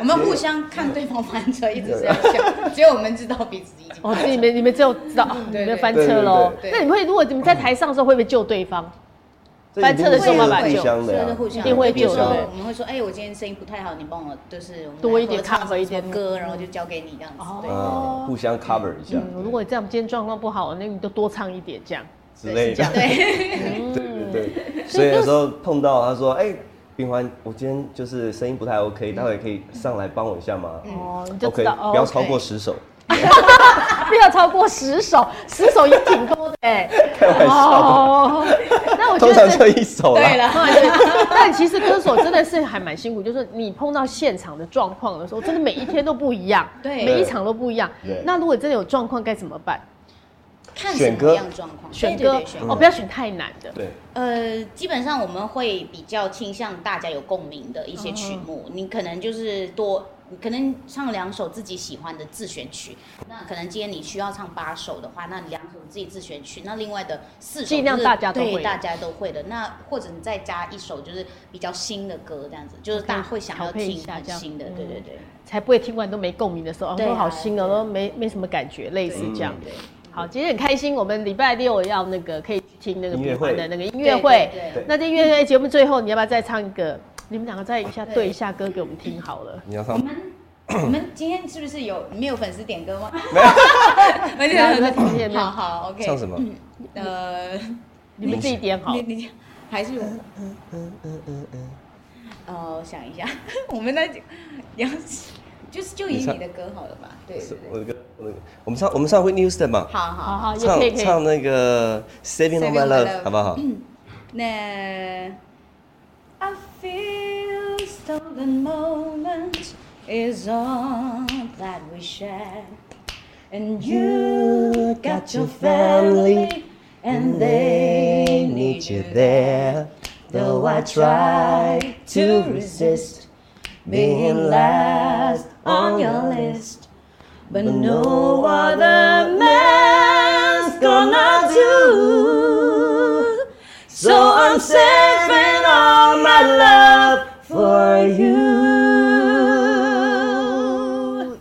[SPEAKER 3] 好？我们互相看对方翻车，一直这样笑，只有我们知道彼此已经
[SPEAKER 2] 哦，所以你们你们只有知道，哦你
[SPEAKER 3] 对
[SPEAKER 2] 们翻车喽。
[SPEAKER 3] 对对
[SPEAKER 1] 对
[SPEAKER 2] 那你们会，如果你们在台上的时候，会不会救对方？翻车的时候
[SPEAKER 1] 嘛，
[SPEAKER 2] 慢慢
[SPEAKER 1] 互
[SPEAKER 2] 救
[SPEAKER 1] 相
[SPEAKER 3] 所
[SPEAKER 1] 的
[SPEAKER 3] 以
[SPEAKER 1] 呀
[SPEAKER 3] 是互相
[SPEAKER 2] 一定会
[SPEAKER 3] 比如
[SPEAKER 2] 救
[SPEAKER 3] 说
[SPEAKER 1] 啊
[SPEAKER 2] 的
[SPEAKER 3] 我们会说，哎，我今天声音不太好，你帮我就是我们
[SPEAKER 2] 多一点
[SPEAKER 3] 来合唱
[SPEAKER 2] cover 一点哦
[SPEAKER 3] 什么歌，然后就交给你这样子。对
[SPEAKER 1] 嗯，互相 cover 一下
[SPEAKER 2] 嗯，如果这样今天状况不好，那你就多唱一点这样。
[SPEAKER 1] 之类的。对对
[SPEAKER 2] 嗯
[SPEAKER 1] 对，所以有时候碰到他说，哎，冰环，我今天就是声音不太 OK，待会可以上来帮我一下吗？
[SPEAKER 2] 嗯哦，你就知
[SPEAKER 1] OK，
[SPEAKER 2] 道哦，哦
[SPEAKER 1] 不要超过十首，
[SPEAKER 2] 啊不要超过十首，十首也挺多的哎。
[SPEAKER 1] 开玩笑，
[SPEAKER 2] 哦，那我觉
[SPEAKER 1] 通常
[SPEAKER 2] 得这
[SPEAKER 1] 就一首 啦。
[SPEAKER 2] 对了，但其实歌手真的是还蛮辛苦，就是你碰到现场的状况的时候，真的每一天都不一样，
[SPEAKER 3] 对
[SPEAKER 2] 每一场都不一样
[SPEAKER 1] 对。
[SPEAKER 2] 那如果真的有状况该怎么办？
[SPEAKER 3] 看
[SPEAKER 1] 选
[SPEAKER 3] 什
[SPEAKER 1] 歌
[SPEAKER 3] 么样状况，
[SPEAKER 2] 选
[SPEAKER 3] 对对
[SPEAKER 2] 歌
[SPEAKER 3] 对选
[SPEAKER 2] 哦，不要选太难的。
[SPEAKER 1] 对，
[SPEAKER 3] 呃，基本上我们会比较倾向大家有共鸣的一些曲
[SPEAKER 2] 嗯
[SPEAKER 3] 目，你可能就是多，你可能唱两首自己喜欢的自选曲。那可能今天你需要唱八首的话，那你两首自己自选曲，那另外的四首
[SPEAKER 2] 尽量
[SPEAKER 3] 就是
[SPEAKER 2] 大家都会
[SPEAKER 3] 对
[SPEAKER 2] 的
[SPEAKER 3] 大家都会的。那或者你再加一首就是比较新的歌，这样子就是大家会想要
[SPEAKER 2] 调配一
[SPEAKER 3] 听
[SPEAKER 2] 下
[SPEAKER 3] 很
[SPEAKER 2] 这样嗯
[SPEAKER 3] 新的，对对对。
[SPEAKER 2] 才不会听完都没共鸣的时候，啊
[SPEAKER 3] 对啊
[SPEAKER 2] 都好新哦，都没没什么感觉，类似这样。
[SPEAKER 1] 对
[SPEAKER 2] 好，今天很开心，我们礼拜六要那个可以去听那个
[SPEAKER 1] 音乐
[SPEAKER 2] 比
[SPEAKER 1] 会
[SPEAKER 2] 环的那个音乐会
[SPEAKER 3] 对对
[SPEAKER 1] 对。
[SPEAKER 2] 那这音乐会节目最后，你要不要再唱一个？你们两个再一下对一下歌给我们听好了。
[SPEAKER 1] 你要上
[SPEAKER 3] 我们我们今天是不是有没有粉丝点歌吗？
[SPEAKER 2] 有
[SPEAKER 3] 没
[SPEAKER 2] 没有粉丝点歌
[SPEAKER 3] 好好，OK。
[SPEAKER 1] 唱什么？
[SPEAKER 2] 嗯
[SPEAKER 3] 呃，
[SPEAKER 2] 你们自己点好
[SPEAKER 3] 你。你还是我。哦，我想一下， 我们那杨就是就以
[SPEAKER 1] 你唱
[SPEAKER 3] 你的歌好了吧？对对
[SPEAKER 1] 我
[SPEAKER 3] 对，
[SPEAKER 1] 的歌，我的歌，我们唱我们唱 Whitney Houston 嘛，
[SPEAKER 3] 好
[SPEAKER 2] 好
[SPEAKER 3] 好。
[SPEAKER 2] 好，也
[SPEAKER 1] 唱
[SPEAKER 2] 可以可以。
[SPEAKER 1] 唱那个 Saving
[SPEAKER 3] Saving All
[SPEAKER 1] All My
[SPEAKER 3] My
[SPEAKER 1] Love
[SPEAKER 3] Love
[SPEAKER 1] 好不好？
[SPEAKER 2] 嗯
[SPEAKER 3] 那 I feel stolen moment is all that we share. And you got your family, and they need you there. Though I try to resist being last on your list, but no other man's gonna do. So I'm saving all my love for you.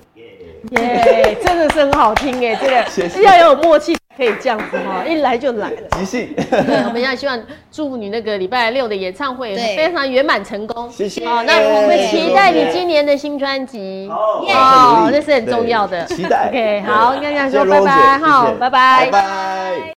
[SPEAKER 2] 耶，真的是很好听哎，这
[SPEAKER 1] 谢
[SPEAKER 2] 个
[SPEAKER 1] 谢
[SPEAKER 2] 要有默契才可以这样子哈，一来就来了。
[SPEAKER 1] 即兴，
[SPEAKER 2] 对，我们要希望祝你那个礼拜六的演唱会
[SPEAKER 3] 对
[SPEAKER 2] 非常圆满成功。
[SPEAKER 1] 谢谢。
[SPEAKER 2] 好，那我们期待
[SPEAKER 1] 谢谢
[SPEAKER 2] 你今年的新专辑。哦
[SPEAKER 1] 好努力
[SPEAKER 2] 这是很重要的
[SPEAKER 1] 对期待。
[SPEAKER 2] OK，好
[SPEAKER 1] 对
[SPEAKER 2] 跟大家
[SPEAKER 1] 谢谢
[SPEAKER 2] 说拜拜
[SPEAKER 1] Rosie，
[SPEAKER 2] 哈
[SPEAKER 1] 谢谢
[SPEAKER 2] 拜拜
[SPEAKER 1] 拜拜。